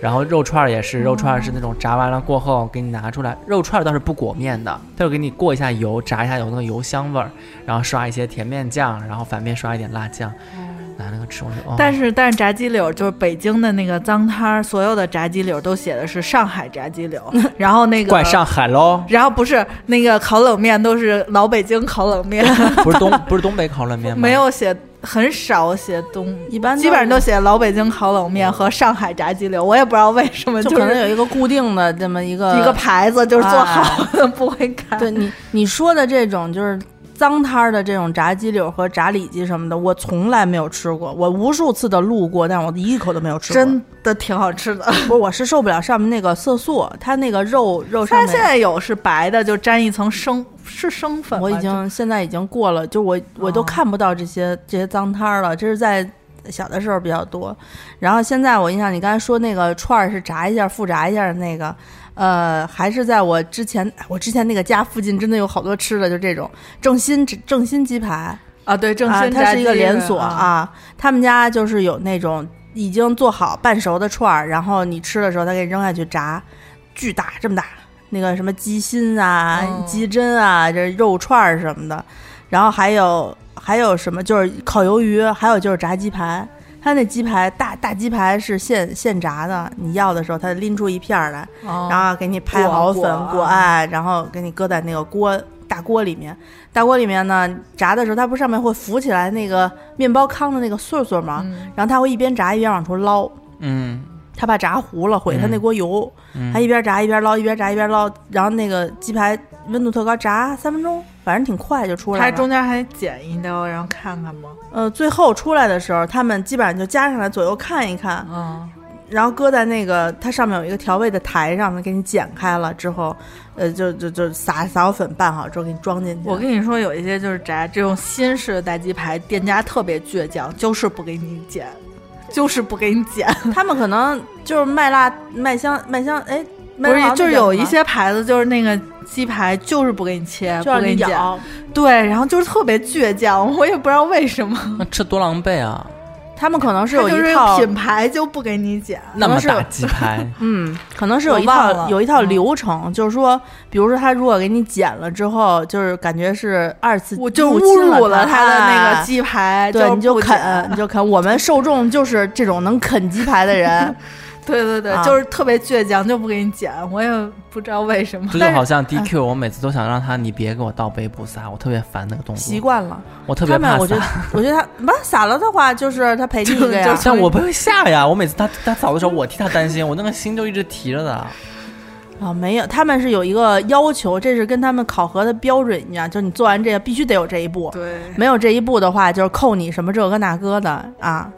[SPEAKER 2] 然后肉串儿也是，
[SPEAKER 3] 嗯
[SPEAKER 2] 肉串儿是那种炸完了过后给你拿出来，肉串儿倒是不裹面的，它就给你过一下油，炸一下有那个油香味儿，然后刷一些甜面酱，然后反面刷一点辣酱，拿那个吃，我就哦，
[SPEAKER 3] 嗯但是但是炸鸡柳就是北京的那个脏摊儿，所有的炸鸡柳都写的是上海炸鸡柳，然后那个
[SPEAKER 2] 嗯怪，上海喽，
[SPEAKER 3] 然后不是那个烤冷面都是老北京烤冷 面，
[SPEAKER 2] 不是东不是东北烤冷面吗？
[SPEAKER 3] 没有写很少写东，
[SPEAKER 5] 一般
[SPEAKER 3] 基本上
[SPEAKER 5] 是
[SPEAKER 3] 都写老北京烤冷面和上海炸鸡柳，我也不知道为什么
[SPEAKER 5] 就
[SPEAKER 3] 就
[SPEAKER 5] 可能
[SPEAKER 3] 是
[SPEAKER 5] 有一个固定的这么一个
[SPEAKER 3] 一个牌子就是做好的不会改，
[SPEAKER 5] 呃啊对你你说的这种就是脏摊儿的这种炸鸡柳和炸里脊什么的，我从来没有吃过，我无数次的路过，但我一口都没有吃过。
[SPEAKER 3] 真的挺好吃的。
[SPEAKER 5] 不是，我是受不了上面那个色素，它那个肉肉上
[SPEAKER 3] 它现
[SPEAKER 5] 面。
[SPEAKER 3] 在有是白的，就沾一层生是生粉吗，
[SPEAKER 5] 我已经现在已经过了，就我我都
[SPEAKER 3] 哦
[SPEAKER 5] 看不到这些这些脏摊儿了。这是在小的时候比较多，然后现在我印象你刚才说那个串儿是炸一下复炸一下的那个，呃，还是在我之前哎我之前那个家附近真的有好多吃的，就这种正新正新鸡排，
[SPEAKER 3] 啊，对，正
[SPEAKER 5] 啊，
[SPEAKER 3] 新
[SPEAKER 5] 它
[SPEAKER 3] 炸
[SPEAKER 5] 是
[SPEAKER 3] 鸡
[SPEAKER 5] 一个连锁
[SPEAKER 3] 啊。
[SPEAKER 5] 啊，他们家就是有那种已经做好半熟的串儿，然后你吃的时候，他给你扔下去炸，巨大这么大，那个什么鸡心啊、
[SPEAKER 3] 嗯
[SPEAKER 5] 鸡胗啊，这肉串儿什么的，然后还有还有什么就是烤鱿鱼，还有就是炸鸡排。他那鸡排大大鸡排是现现炸的，你要的时候他拎出一片儿来，
[SPEAKER 3] 哦
[SPEAKER 5] 然后给你拍
[SPEAKER 3] 裹
[SPEAKER 5] 好
[SPEAKER 3] 裹
[SPEAKER 5] 粉
[SPEAKER 3] 啊
[SPEAKER 5] 裹哎，然后给你搁在那个锅大锅里面。大锅里面呢，炸的时候它不上面会浮起来那个面包糠的那个穗穗吗？
[SPEAKER 3] 嗯
[SPEAKER 5] 然后它会一边炸一边往出捞，
[SPEAKER 2] 嗯，
[SPEAKER 5] 他怕炸糊了毁他那锅油，
[SPEAKER 2] 嗯
[SPEAKER 5] 他一边炸一边捞，一边炸一边捞，然后那个鸡排温度特高，炸三分钟，反正挺快就出来
[SPEAKER 3] 他
[SPEAKER 5] 了。
[SPEAKER 3] 中间还剪一刀，然后看看吗？
[SPEAKER 5] 呃，最后出来的时候，他们基本上就夹上来左右看一看，
[SPEAKER 3] 嗯，
[SPEAKER 5] 然后搁在那个它上面有一个调味的台上面，给你剪开了之后，呃，就就就撒撒好粉拌好之后给你装进去。
[SPEAKER 3] 我跟你说，有一些就是炸这种新式的大鸡排，店家特别倔强，就是不给你剪，就是不给你剪。
[SPEAKER 5] 他们可能就是麦辣麦香麦香哎，
[SPEAKER 3] 不
[SPEAKER 5] 麦
[SPEAKER 3] 是
[SPEAKER 5] 当劳，那
[SPEAKER 3] 就是
[SPEAKER 5] 叫
[SPEAKER 3] 有
[SPEAKER 5] 什
[SPEAKER 3] 一
[SPEAKER 5] 么
[SPEAKER 3] 些牌子，就是那个鸡排就是不给你切，
[SPEAKER 5] 就
[SPEAKER 3] 不
[SPEAKER 5] 让
[SPEAKER 3] 给
[SPEAKER 5] 你
[SPEAKER 3] 剪。
[SPEAKER 5] 咬，
[SPEAKER 3] 对，然后就是特别倔强， 我也不知道为什么，
[SPEAKER 2] 那吃多狼狈啊！
[SPEAKER 5] 他们可能是
[SPEAKER 3] 它
[SPEAKER 5] 有
[SPEAKER 3] 就
[SPEAKER 5] 一
[SPEAKER 3] 是
[SPEAKER 5] 套，
[SPEAKER 3] 品牌就不给你剪。
[SPEAKER 2] 那么
[SPEAKER 5] 可能
[SPEAKER 2] 大
[SPEAKER 5] 是
[SPEAKER 2] 鸡排，
[SPEAKER 5] 嗯，可能是有
[SPEAKER 3] 我
[SPEAKER 5] 一
[SPEAKER 3] 忘
[SPEAKER 5] 套
[SPEAKER 3] 了
[SPEAKER 5] 有一套
[SPEAKER 3] 嗯
[SPEAKER 5] 流程，就是说，比如说他如果给你剪了之后，就是感觉是二次
[SPEAKER 3] 我就侮
[SPEAKER 5] 入侵
[SPEAKER 3] 辱
[SPEAKER 5] 了
[SPEAKER 3] 了他的那
[SPEAKER 5] 哎
[SPEAKER 3] 个鸡排，
[SPEAKER 5] 对，
[SPEAKER 3] 是
[SPEAKER 5] 你就
[SPEAKER 3] 不
[SPEAKER 5] 啃，你
[SPEAKER 3] 剪。
[SPEAKER 5] 就啃。我们受众就是这种能啃鸡排 的人，
[SPEAKER 3] 对对对，
[SPEAKER 5] 啊
[SPEAKER 3] 就是特别倔强，就不给你剪，我也不知道为什 么。
[SPEAKER 2] 这就好
[SPEAKER 5] 嗯
[SPEAKER 2] 像 DQ，我每次都想让他你别给我倒杯不洒，我特别烦那个动
[SPEAKER 5] 习
[SPEAKER 2] 作，
[SPEAKER 5] 惯了。
[SPEAKER 2] 我特别
[SPEAKER 5] 他们
[SPEAKER 2] 怕，
[SPEAKER 5] 我觉得
[SPEAKER 2] 洒。，
[SPEAKER 5] 我觉得他不撒了的话，就是他陪你一个 呀。
[SPEAKER 2] 像我不会下呀，我每次他他扫的时候，我替他担心，我那个心就一直提着的。
[SPEAKER 5] 啊，没有，他们是有一个要求，这是跟他们考核的标准一样，就是你做完这个必须得有这一步，
[SPEAKER 3] 对，
[SPEAKER 5] 没有这一步的话，就是扣你什么这个那个的啊。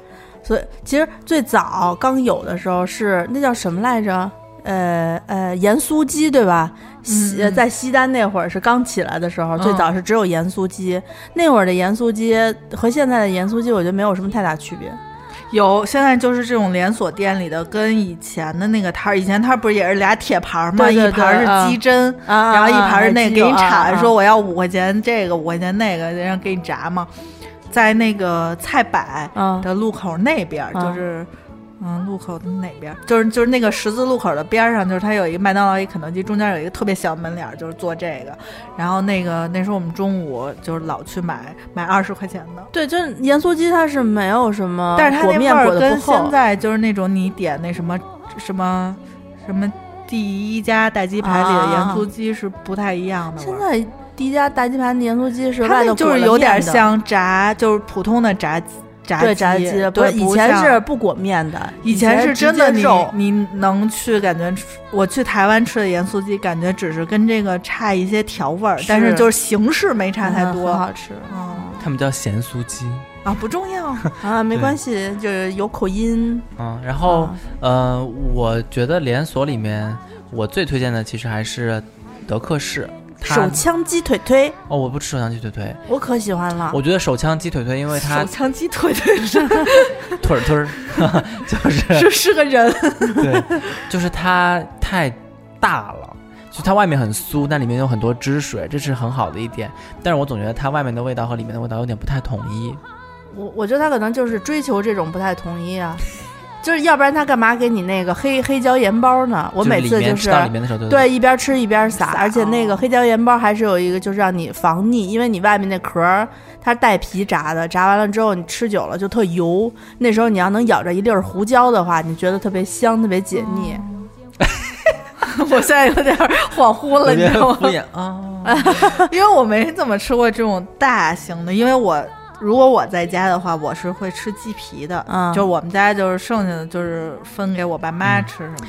[SPEAKER 5] 所以其实最早刚有的时候是那叫什么来着？呃呃，盐酥鸡对吧？西、
[SPEAKER 3] 嗯嗯
[SPEAKER 5] 在西单那会儿是刚起来的时候，最
[SPEAKER 3] 嗯
[SPEAKER 5] 早是只有盐酥鸡。那会儿的盐酥鸡和现在的盐酥鸡，我觉得没有什么太大区别。
[SPEAKER 3] 有现在就是这种连锁店里的，跟以前的那个摊儿，以前摊儿不是也是俩铁盘儿吗？
[SPEAKER 5] 对对对
[SPEAKER 3] 一盘儿是鸡胗，
[SPEAKER 5] 啊
[SPEAKER 3] 然后一盘儿是那个给你
[SPEAKER 5] 啊
[SPEAKER 3] 铲，
[SPEAKER 5] 啊
[SPEAKER 3] 说我要五块钱这个，五块钱那个，然后给你炸嘛。在那个菜百
[SPEAKER 5] 嗯
[SPEAKER 3] 的路口那边儿，
[SPEAKER 5] 嗯
[SPEAKER 3] 就是。嗯，路口的哪边儿？就是就是那个十字路口的边儿上，就是它有一个麦当劳、一肯德基，中间有一个特别小门脸儿，就是做这个。然后那个那时候我们中午就是老去买买二十块钱的，
[SPEAKER 5] 对，就是盐酥鸡，它是没有什么，
[SPEAKER 3] 但是它
[SPEAKER 5] 啊裹
[SPEAKER 3] 那味
[SPEAKER 5] 面
[SPEAKER 3] 儿
[SPEAKER 5] 裹的
[SPEAKER 3] 跟
[SPEAKER 5] 不厚
[SPEAKER 3] 现。在就是那种你点那什么什么什么第一家大鸡排里的盐酥鸡是不太一样的味
[SPEAKER 5] 啊现
[SPEAKER 3] 儿。
[SPEAKER 5] 在第一家大鸡排的盐酥鸡是
[SPEAKER 3] 它
[SPEAKER 5] 外
[SPEAKER 3] 那
[SPEAKER 5] 头
[SPEAKER 3] 就是
[SPEAKER 5] 裹了
[SPEAKER 3] 有点
[SPEAKER 5] 面的
[SPEAKER 3] 像炸，就是普通的炸鸡炸
[SPEAKER 5] 对炸鸡，不
[SPEAKER 3] 对，
[SPEAKER 5] 是以前
[SPEAKER 3] 像
[SPEAKER 5] 是不裹面的，
[SPEAKER 3] 以前是真的
[SPEAKER 5] 直接
[SPEAKER 3] 你
[SPEAKER 5] 肉
[SPEAKER 3] 你能去感觉，我去台湾吃的盐酥鸡，感觉只是跟这个差一些调味儿，
[SPEAKER 5] 是
[SPEAKER 3] 但是就是形式没差太
[SPEAKER 5] 嗯很
[SPEAKER 3] 多。
[SPEAKER 5] 好吃
[SPEAKER 3] 嗯
[SPEAKER 2] 他们叫咸酥鸡，
[SPEAKER 3] 啊，不重要。
[SPEAKER 5] 啊，没
[SPEAKER 2] 对
[SPEAKER 5] 关系，就是有口音。
[SPEAKER 2] 嗯，然后
[SPEAKER 5] 啊
[SPEAKER 2] 呃，我觉得连锁里面我最推荐的其实还是德克士，它
[SPEAKER 5] 手枪鸡腿腿，
[SPEAKER 2] 哦，我不吃手枪鸡腿腿，
[SPEAKER 5] 我可喜欢了。
[SPEAKER 2] 我觉得手枪鸡腿腿，因为它
[SPEAKER 3] 手枪鸡腿腿是
[SPEAKER 2] 腿儿腿儿， 就是
[SPEAKER 3] 是是个人，
[SPEAKER 2] 对， 就是它太大了，就它外面很酥，但里面有很多汁水，这是很好的一点。但是我总觉得它外面的味道和里面的味道有点不太统一。
[SPEAKER 5] 我我觉得他可能就是追求这种不太统一啊，就是要不然他干嘛给你那个黑黑椒盐包呢？我
[SPEAKER 2] 就
[SPEAKER 5] 每
[SPEAKER 2] 里
[SPEAKER 5] 次
[SPEAKER 2] 面
[SPEAKER 5] 就是
[SPEAKER 2] 吃到里面的时候，
[SPEAKER 5] 对，一边吃一边撒，哦
[SPEAKER 3] 撒
[SPEAKER 5] 而且那个黑椒盐包还是有一个，就是让你防腻，因为你外面那壳儿它是带皮炸的，炸完了之后你吃久了就特油。那时候你要能咬着一粒儿胡椒的话，你觉得特别香，特别解腻。
[SPEAKER 3] 我现在有点
[SPEAKER 5] 哦
[SPEAKER 3] 恍惚
[SPEAKER 2] 有
[SPEAKER 3] 了，你
[SPEAKER 2] 点
[SPEAKER 3] 知道吗
[SPEAKER 2] 敷？衍啊。
[SPEAKER 3] 因为我没怎么吃过这种大型的，因为我如果我在家的话，我是会吃鸡皮的，
[SPEAKER 5] 嗯
[SPEAKER 3] 就是我们家就是剩下的就是分给我爸妈
[SPEAKER 2] 嗯
[SPEAKER 3] 吃什么的。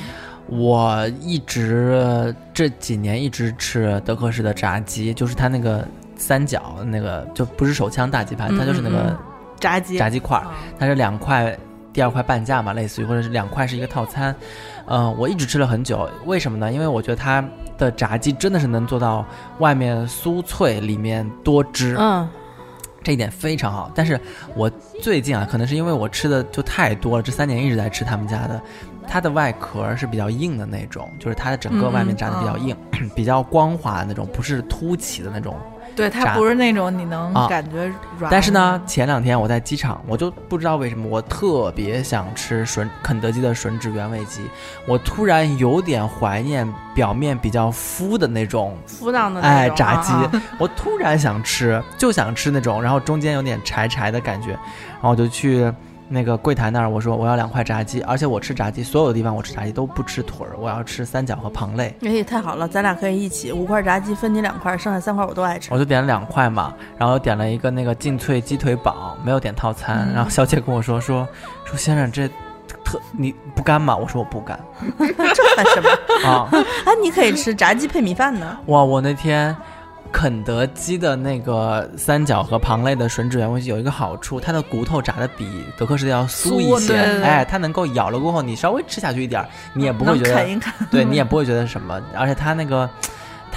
[SPEAKER 2] 我一直这几年一直吃德克士的炸鸡，就是它那个三角那个，就不是手枪大鸡排，它就是那
[SPEAKER 3] 嗯
[SPEAKER 2] 个
[SPEAKER 3] 嗯炸鸡，
[SPEAKER 2] 炸鸡块儿，它是两块，第二块半价嘛，类似于或者是两块是一个套餐。嗯、我一直吃了很久，为什么呢？因为我觉得它的炸鸡真的是能做到外面酥脆，里面多汁，
[SPEAKER 5] 嗯，
[SPEAKER 2] 这一点非常好。但是我最近啊，可能是因为我吃的就太多了，这三年一直在吃他们家的，它的外壳是比较硬的那种，就是它的整个
[SPEAKER 3] 嗯
[SPEAKER 2] 外面炸的比较硬，比较光滑的那种，不是凸起的那种。
[SPEAKER 3] 对，
[SPEAKER 2] 炸
[SPEAKER 3] 它不是那种你能
[SPEAKER 2] 啊
[SPEAKER 3] 感觉软、
[SPEAKER 2] 但是呢，，前两天我在机场，我就不知道为什么，我特别想吃吮肯德基的吮指原味鸡，我突然有点怀念表面比较敷的那种
[SPEAKER 5] 浮荡的那
[SPEAKER 2] 哎，
[SPEAKER 5] 种
[SPEAKER 2] 炸
[SPEAKER 5] 啊
[SPEAKER 2] 鸡，
[SPEAKER 5] 啊
[SPEAKER 2] 我突然想吃，就想吃那种，然后中间有点柴柴的感觉，然后我就去那个柜台那儿，我说我要两块炸鸡，而且我吃炸鸡，所有的地方我吃炸鸡都不吃腿儿，我要吃三角和旁肋，
[SPEAKER 5] 哎，太好了，咱俩可以一起五块炸鸡分你两块，剩下三块我都爱吃。
[SPEAKER 2] 我就点了两块嘛，然后点了一个
[SPEAKER 3] 嗯
[SPEAKER 2] 那个劲脆鸡腿堡，没有点套餐，然后小姐跟我说说说先生这特你不干吗？我说我不干
[SPEAKER 5] 这算什 么？
[SPEAKER 2] 啊！
[SPEAKER 5] 啊，你可以吃炸鸡配米饭呢。
[SPEAKER 2] 哇，我那天肯德基的那个三角和旁类的吮指原味鸡有一个好处，它的骨头炸的比德克士的要酥一
[SPEAKER 3] 酥
[SPEAKER 2] 些，
[SPEAKER 3] 对对对
[SPEAKER 2] 哎，它能够咬了过后，你稍微吃下去一点儿，你也不会
[SPEAKER 3] 能
[SPEAKER 2] 觉得
[SPEAKER 3] 啃一嗯啃。
[SPEAKER 2] 对你也不会觉得什么，而且它那个。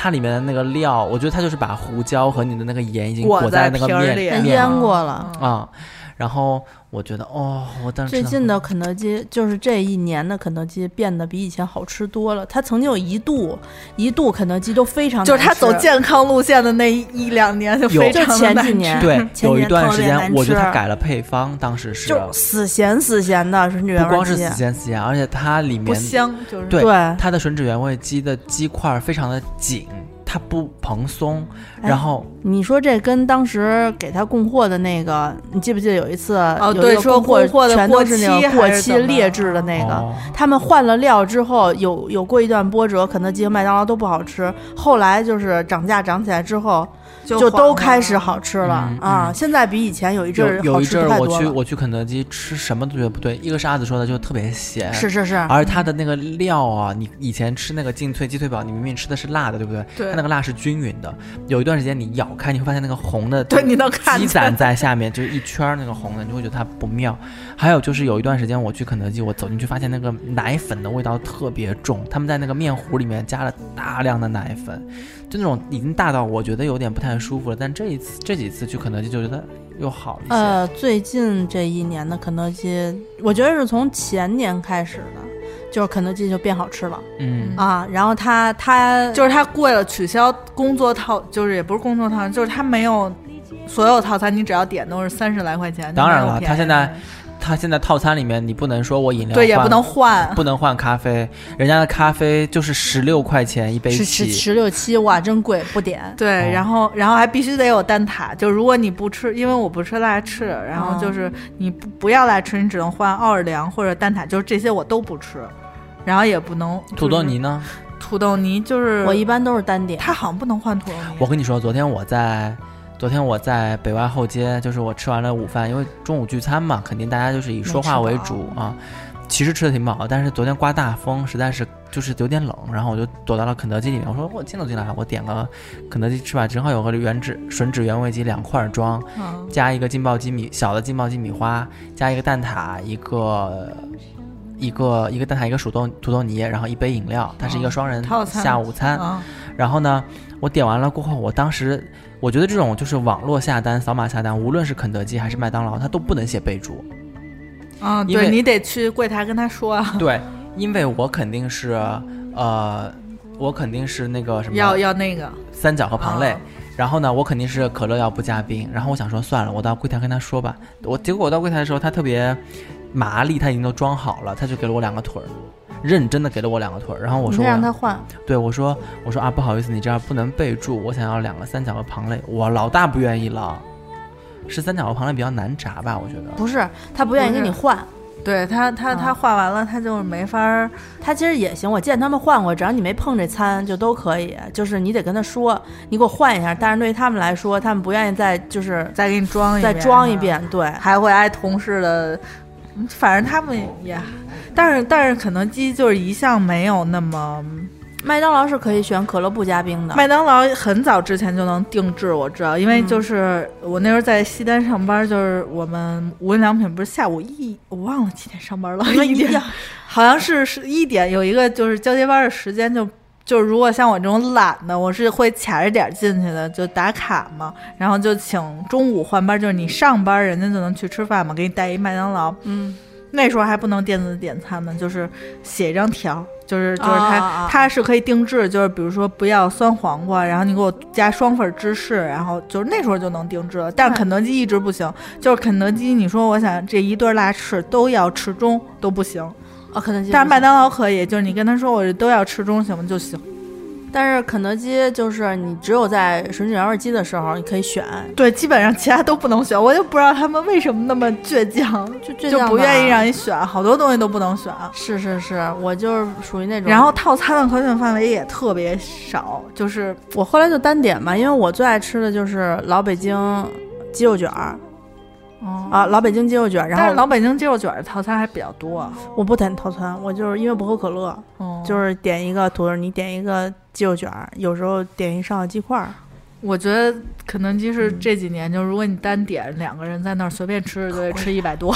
[SPEAKER 2] 它里面的那个料，我觉得它就是把胡椒和你的那个盐已经
[SPEAKER 3] 裹
[SPEAKER 2] 裹
[SPEAKER 3] 在
[SPEAKER 2] 那个
[SPEAKER 3] 皮儿
[SPEAKER 2] 面
[SPEAKER 3] 里
[SPEAKER 5] 那
[SPEAKER 3] 嗯
[SPEAKER 2] 面
[SPEAKER 5] 哎腌过了。
[SPEAKER 3] 嗯
[SPEAKER 2] 啊、然后我觉得哦，我当时
[SPEAKER 5] 最
[SPEAKER 2] 吃到
[SPEAKER 5] 近的肯德基，就是这一年的肯德基变得比以前好吃多了。它曾经有一度，一度肯德基都非常
[SPEAKER 3] 就是他
[SPEAKER 5] 难吃
[SPEAKER 3] 走健康路线的那一一两年就
[SPEAKER 2] 有
[SPEAKER 3] 非常
[SPEAKER 5] 就
[SPEAKER 3] 地
[SPEAKER 5] 前
[SPEAKER 3] 难
[SPEAKER 5] 几
[SPEAKER 3] 吃
[SPEAKER 5] 年
[SPEAKER 2] 对
[SPEAKER 5] 前
[SPEAKER 2] 有一
[SPEAKER 5] 年
[SPEAKER 2] 段
[SPEAKER 5] 特
[SPEAKER 2] 时
[SPEAKER 5] 别
[SPEAKER 2] 间
[SPEAKER 5] 难，
[SPEAKER 2] 我觉得
[SPEAKER 5] 吃
[SPEAKER 2] 它改了配方，当时是啊
[SPEAKER 5] 就死咸死咸的吮指原
[SPEAKER 2] 不
[SPEAKER 5] 味
[SPEAKER 2] 光是死
[SPEAKER 5] 鸡，
[SPEAKER 2] 咸死咸，而且它里
[SPEAKER 3] 不
[SPEAKER 2] 面
[SPEAKER 3] 香，就是
[SPEAKER 2] 对
[SPEAKER 5] 对
[SPEAKER 2] 它的吮指原味鸡的鸡块儿非常的紧，它不蓬松，
[SPEAKER 5] 哎
[SPEAKER 2] 然后
[SPEAKER 5] 你说这跟当时给他供货的那个，你记不记得有一次
[SPEAKER 3] 哦
[SPEAKER 5] 有
[SPEAKER 3] 对
[SPEAKER 5] 一个
[SPEAKER 3] 说
[SPEAKER 5] 供
[SPEAKER 3] 供货的
[SPEAKER 5] 全
[SPEAKER 3] 过
[SPEAKER 5] 都是那
[SPEAKER 3] 期
[SPEAKER 5] 个
[SPEAKER 3] 还
[SPEAKER 5] 过
[SPEAKER 3] 是
[SPEAKER 5] 期
[SPEAKER 3] 怎么
[SPEAKER 5] 劣质的那个，
[SPEAKER 2] 哦
[SPEAKER 5] 他们换了料之后有有过一段波折，肯德基和麦当劳都不好吃，后来就是涨价涨起来之后，
[SPEAKER 4] 就
[SPEAKER 5] 就
[SPEAKER 4] 黄
[SPEAKER 5] 都
[SPEAKER 4] 了
[SPEAKER 5] 开始好吃了、
[SPEAKER 2] 嗯
[SPEAKER 5] 啊、
[SPEAKER 2] 嗯
[SPEAKER 5] 现在比以前有一阵
[SPEAKER 2] 有
[SPEAKER 5] 儿
[SPEAKER 2] 有
[SPEAKER 5] 好
[SPEAKER 2] 一
[SPEAKER 5] 吃
[SPEAKER 2] 阵
[SPEAKER 5] 的太
[SPEAKER 2] 儿我
[SPEAKER 5] 多
[SPEAKER 2] 去
[SPEAKER 5] 了。
[SPEAKER 2] 我去肯德基吃什么都觉得不对，一个是阿紫说的，就特别咸，
[SPEAKER 5] 是啊嗯是是，
[SPEAKER 2] 而它的那个料啊，你以前吃那个劲脆鸡腿堡，你明明吃的是辣的，对不对？
[SPEAKER 3] 对
[SPEAKER 2] 它那个辣是均匀的。有一段时间你咬开，你会发现那个红的，
[SPEAKER 3] 对你能看
[SPEAKER 2] 积
[SPEAKER 3] 见
[SPEAKER 2] 攒在下面，就是一圈儿那个红的，你会觉得它不妙。还有就是有一段时间我去肯德基，我走进去发现那个奶粉的味道特别重，他们在那个面糊里面加了大量的奶粉，就那种已经大到我觉得有点不太舒服了。但这一次这几次去肯德基就觉得又好一些。
[SPEAKER 3] 嗯
[SPEAKER 5] 呃，最近这一年的肯德基，我觉得是从前年开始的，就是肯德基就变好吃了、
[SPEAKER 2] 嗯，
[SPEAKER 5] 啊。然后它它
[SPEAKER 3] 就是他为了取消工作套，就是也不是工作套餐，就是他没有所有套餐，你只要点都是三十来块钱。
[SPEAKER 2] 当然
[SPEAKER 3] 就没有
[SPEAKER 2] 了，
[SPEAKER 3] 便宜
[SPEAKER 2] 它现在它现在套餐里面你不能说我饮料
[SPEAKER 3] 对也
[SPEAKER 2] 换
[SPEAKER 3] 不能换，
[SPEAKER 2] 不能换咖啡，人家的咖啡就是十六块钱一杯
[SPEAKER 5] 十十
[SPEAKER 2] 起。
[SPEAKER 5] 十六七，哇，真贵，不点。
[SPEAKER 3] 对，
[SPEAKER 2] 哦
[SPEAKER 3] 然后然后还必须得有蛋挞，就如果你不吃，因为我不吃辣翅，然后
[SPEAKER 5] 哦
[SPEAKER 3] 就是你不不要辣翅，你只能换奥尔良或者蛋挞，就是这些我都不吃，然后也不能
[SPEAKER 2] 土豆，泥
[SPEAKER 3] 就是
[SPEAKER 2] 呢？
[SPEAKER 3] 土豆泥就是
[SPEAKER 5] 我一般都是单点，
[SPEAKER 3] 它好像不能换土豆泥，
[SPEAKER 2] 我跟你说，昨天我在，昨天我在北外后街，就是我吃完了午饭，因为中午聚餐嘛，肯定大家就是以说话为主啊。其实吃的挺饱，但是昨天刮大风，实在是就是有点冷，然后我就躲到了肯德基里面。我说我进都进来了，我点个肯德基吃吧，正好有个原汁吮指原味鸡两块装，
[SPEAKER 3] 嗯
[SPEAKER 2] 加一个劲爆鸡米小的劲爆鸡米花，加一个蛋挞，一个一个一个蛋挞，一个土豆土豆泥，然后一杯饮料，它是一个双人
[SPEAKER 3] 套餐
[SPEAKER 2] 下午
[SPEAKER 5] 啊
[SPEAKER 2] 餐。
[SPEAKER 3] 嗯
[SPEAKER 2] 然后呢，我点完了过后，我当时我觉得这种就是网络下单、扫码下单，无论是肯德基还是麦当劳，它都不能写备注。
[SPEAKER 3] 嗯，
[SPEAKER 2] 因为
[SPEAKER 3] 对你得去柜台跟他说啊，
[SPEAKER 2] 对，因为我肯定是呃，我肯定是那个什么
[SPEAKER 3] 要要那个，
[SPEAKER 2] 三角和旁类。
[SPEAKER 3] 啊
[SPEAKER 2] 然后呢，我肯定是可乐要不加冰。然后我想说，算了，我到柜台跟他说吧。我结果我到柜台的时候，他特别麻利，他已经都装好了，他就给了我两个腿儿，认真的给了我两个腿儿。然后我
[SPEAKER 5] 你
[SPEAKER 2] 说
[SPEAKER 5] 可以
[SPEAKER 2] 我
[SPEAKER 5] 让他换。
[SPEAKER 2] 对我说我说啊，不好意思，你这样不能备注，我想要两个三角和旁类。我老大不愿意了，是三角和旁类比较难炸吧？我觉得。
[SPEAKER 5] 不是，他不愿意
[SPEAKER 3] 不是
[SPEAKER 5] 跟你换，
[SPEAKER 3] 对他他他
[SPEAKER 5] 啊
[SPEAKER 3] 换完了，他就是没法儿，
[SPEAKER 5] 他其实也行。我见他们换过，只要你没碰这餐就都可以。就是你得跟他说，你给我换一下。但是对于他们来说，他们不愿意再就是
[SPEAKER 3] 再给你装一
[SPEAKER 5] 再
[SPEAKER 3] 遍
[SPEAKER 5] 装一
[SPEAKER 3] 是吧
[SPEAKER 5] 遍。对，
[SPEAKER 3] 还会挨同事的，嗯反正他们也，但是但是肯德基就是一向没有那么，
[SPEAKER 5] 麦当劳是可以选可乐不加冰的。
[SPEAKER 3] 麦当劳很早之前就能定制，我知道，因为
[SPEAKER 5] 嗯
[SPEAKER 3] 就是我那时候在西单上班，就是我们无印良品不是下午一我忘了几点上班了，一点，好像是是一点有一个就是交接班的时间就。就是如果像我这种懒的，我是会卡着点儿进去的，就打卡嘛，然后就请中午换班，就是你上班人家就能去吃饭嘛，给你带一麦当劳，
[SPEAKER 5] 嗯，
[SPEAKER 3] 那时候还不能电子点餐呢，就是写一张条，就是就是
[SPEAKER 5] 啊
[SPEAKER 3] 它、
[SPEAKER 5] 啊啊
[SPEAKER 3] 它是可以定制，就是比如说不要酸黄瓜，然后你给我加双份芝士，然后就是那时候就能定制了。但是肯德基一直不行，就是肯德基你说我想这一对辣翅都要吃中都不行，
[SPEAKER 5] 啊，肯德基。
[SPEAKER 3] 但是麦，当劳可以，就是你跟他说我这都要吃中行吗就行。
[SPEAKER 5] 但是肯德基就是你只有在吮指原味鸡的时候，你可以选，
[SPEAKER 3] 对，基本上其他都不能选，我就不知道他们为什么那么倔强，
[SPEAKER 5] 就就
[SPEAKER 3] 就
[SPEAKER 5] 这样
[SPEAKER 3] 不
[SPEAKER 5] 吧
[SPEAKER 3] 愿意让你选，好多东西都不能选。
[SPEAKER 5] 是是是，我就是属于那种。
[SPEAKER 3] 然后套餐的可选范围也特别少，就是
[SPEAKER 5] 我后来就单点嘛，因为我最爱吃的就是老北京鸡肉卷儿，
[SPEAKER 3] 哦
[SPEAKER 5] 啊，老北京鸡肉卷，然
[SPEAKER 3] 但是
[SPEAKER 5] 后
[SPEAKER 3] 老北京鸡肉卷儿套餐还比较多，
[SPEAKER 5] 我不点套餐，我就是因为不喝可乐，
[SPEAKER 3] 哦
[SPEAKER 5] 啊就是是点一个土豆泥，点一个鸡肉卷，有时候点一上海鸡块儿，
[SPEAKER 3] 我觉得肯德基是这几年，就如果你单点两个人在那儿随便吃，就得吃一百多，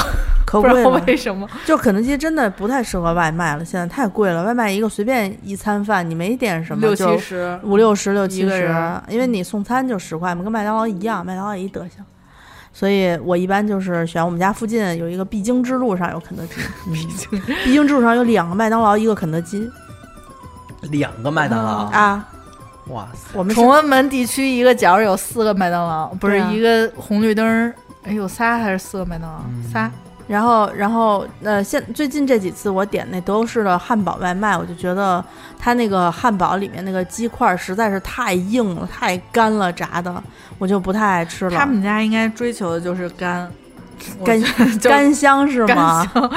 [SPEAKER 5] 可
[SPEAKER 3] 不
[SPEAKER 5] 贵
[SPEAKER 3] 知道
[SPEAKER 5] 了。
[SPEAKER 3] 为什么。
[SPEAKER 5] 就肯德基真的不太适合外卖了，现在太贵了。外卖一个随便一餐饭，你没点什么
[SPEAKER 3] 六
[SPEAKER 5] 就
[SPEAKER 3] 七十，
[SPEAKER 5] 五六十、六七
[SPEAKER 3] 一个
[SPEAKER 5] 十
[SPEAKER 3] 人，
[SPEAKER 5] 因为你送餐就十块嘛，跟麦当劳一样，麦当劳也一德行。所以我一般就是选我们家附近有一个必经之路上有肯德 基，嗯
[SPEAKER 3] 毕竟
[SPEAKER 5] 必经之路上有两个麦当劳，一个肯德基
[SPEAKER 2] 两个麦当劳，
[SPEAKER 5] 啊。
[SPEAKER 2] 哇塞！
[SPEAKER 5] 我们是
[SPEAKER 3] 崇文门地区一个角儿有四个麦当劳，不是
[SPEAKER 5] 对啊
[SPEAKER 3] 一个红绿灯儿，哎，有仨还是四个麦当劳？
[SPEAKER 2] 嗯
[SPEAKER 3] 仨。
[SPEAKER 5] 然后，然后，呃，现最近这几次我点那德国式的汉堡外卖，我就觉得它那个汉堡里面那个鸡块实在是太硬了、太干了，炸的我就不太爱吃了。
[SPEAKER 3] 他们家应该追求的就是干，我
[SPEAKER 5] 干
[SPEAKER 3] 觉得就
[SPEAKER 5] 干香是
[SPEAKER 3] 干
[SPEAKER 5] 吗？
[SPEAKER 3] 香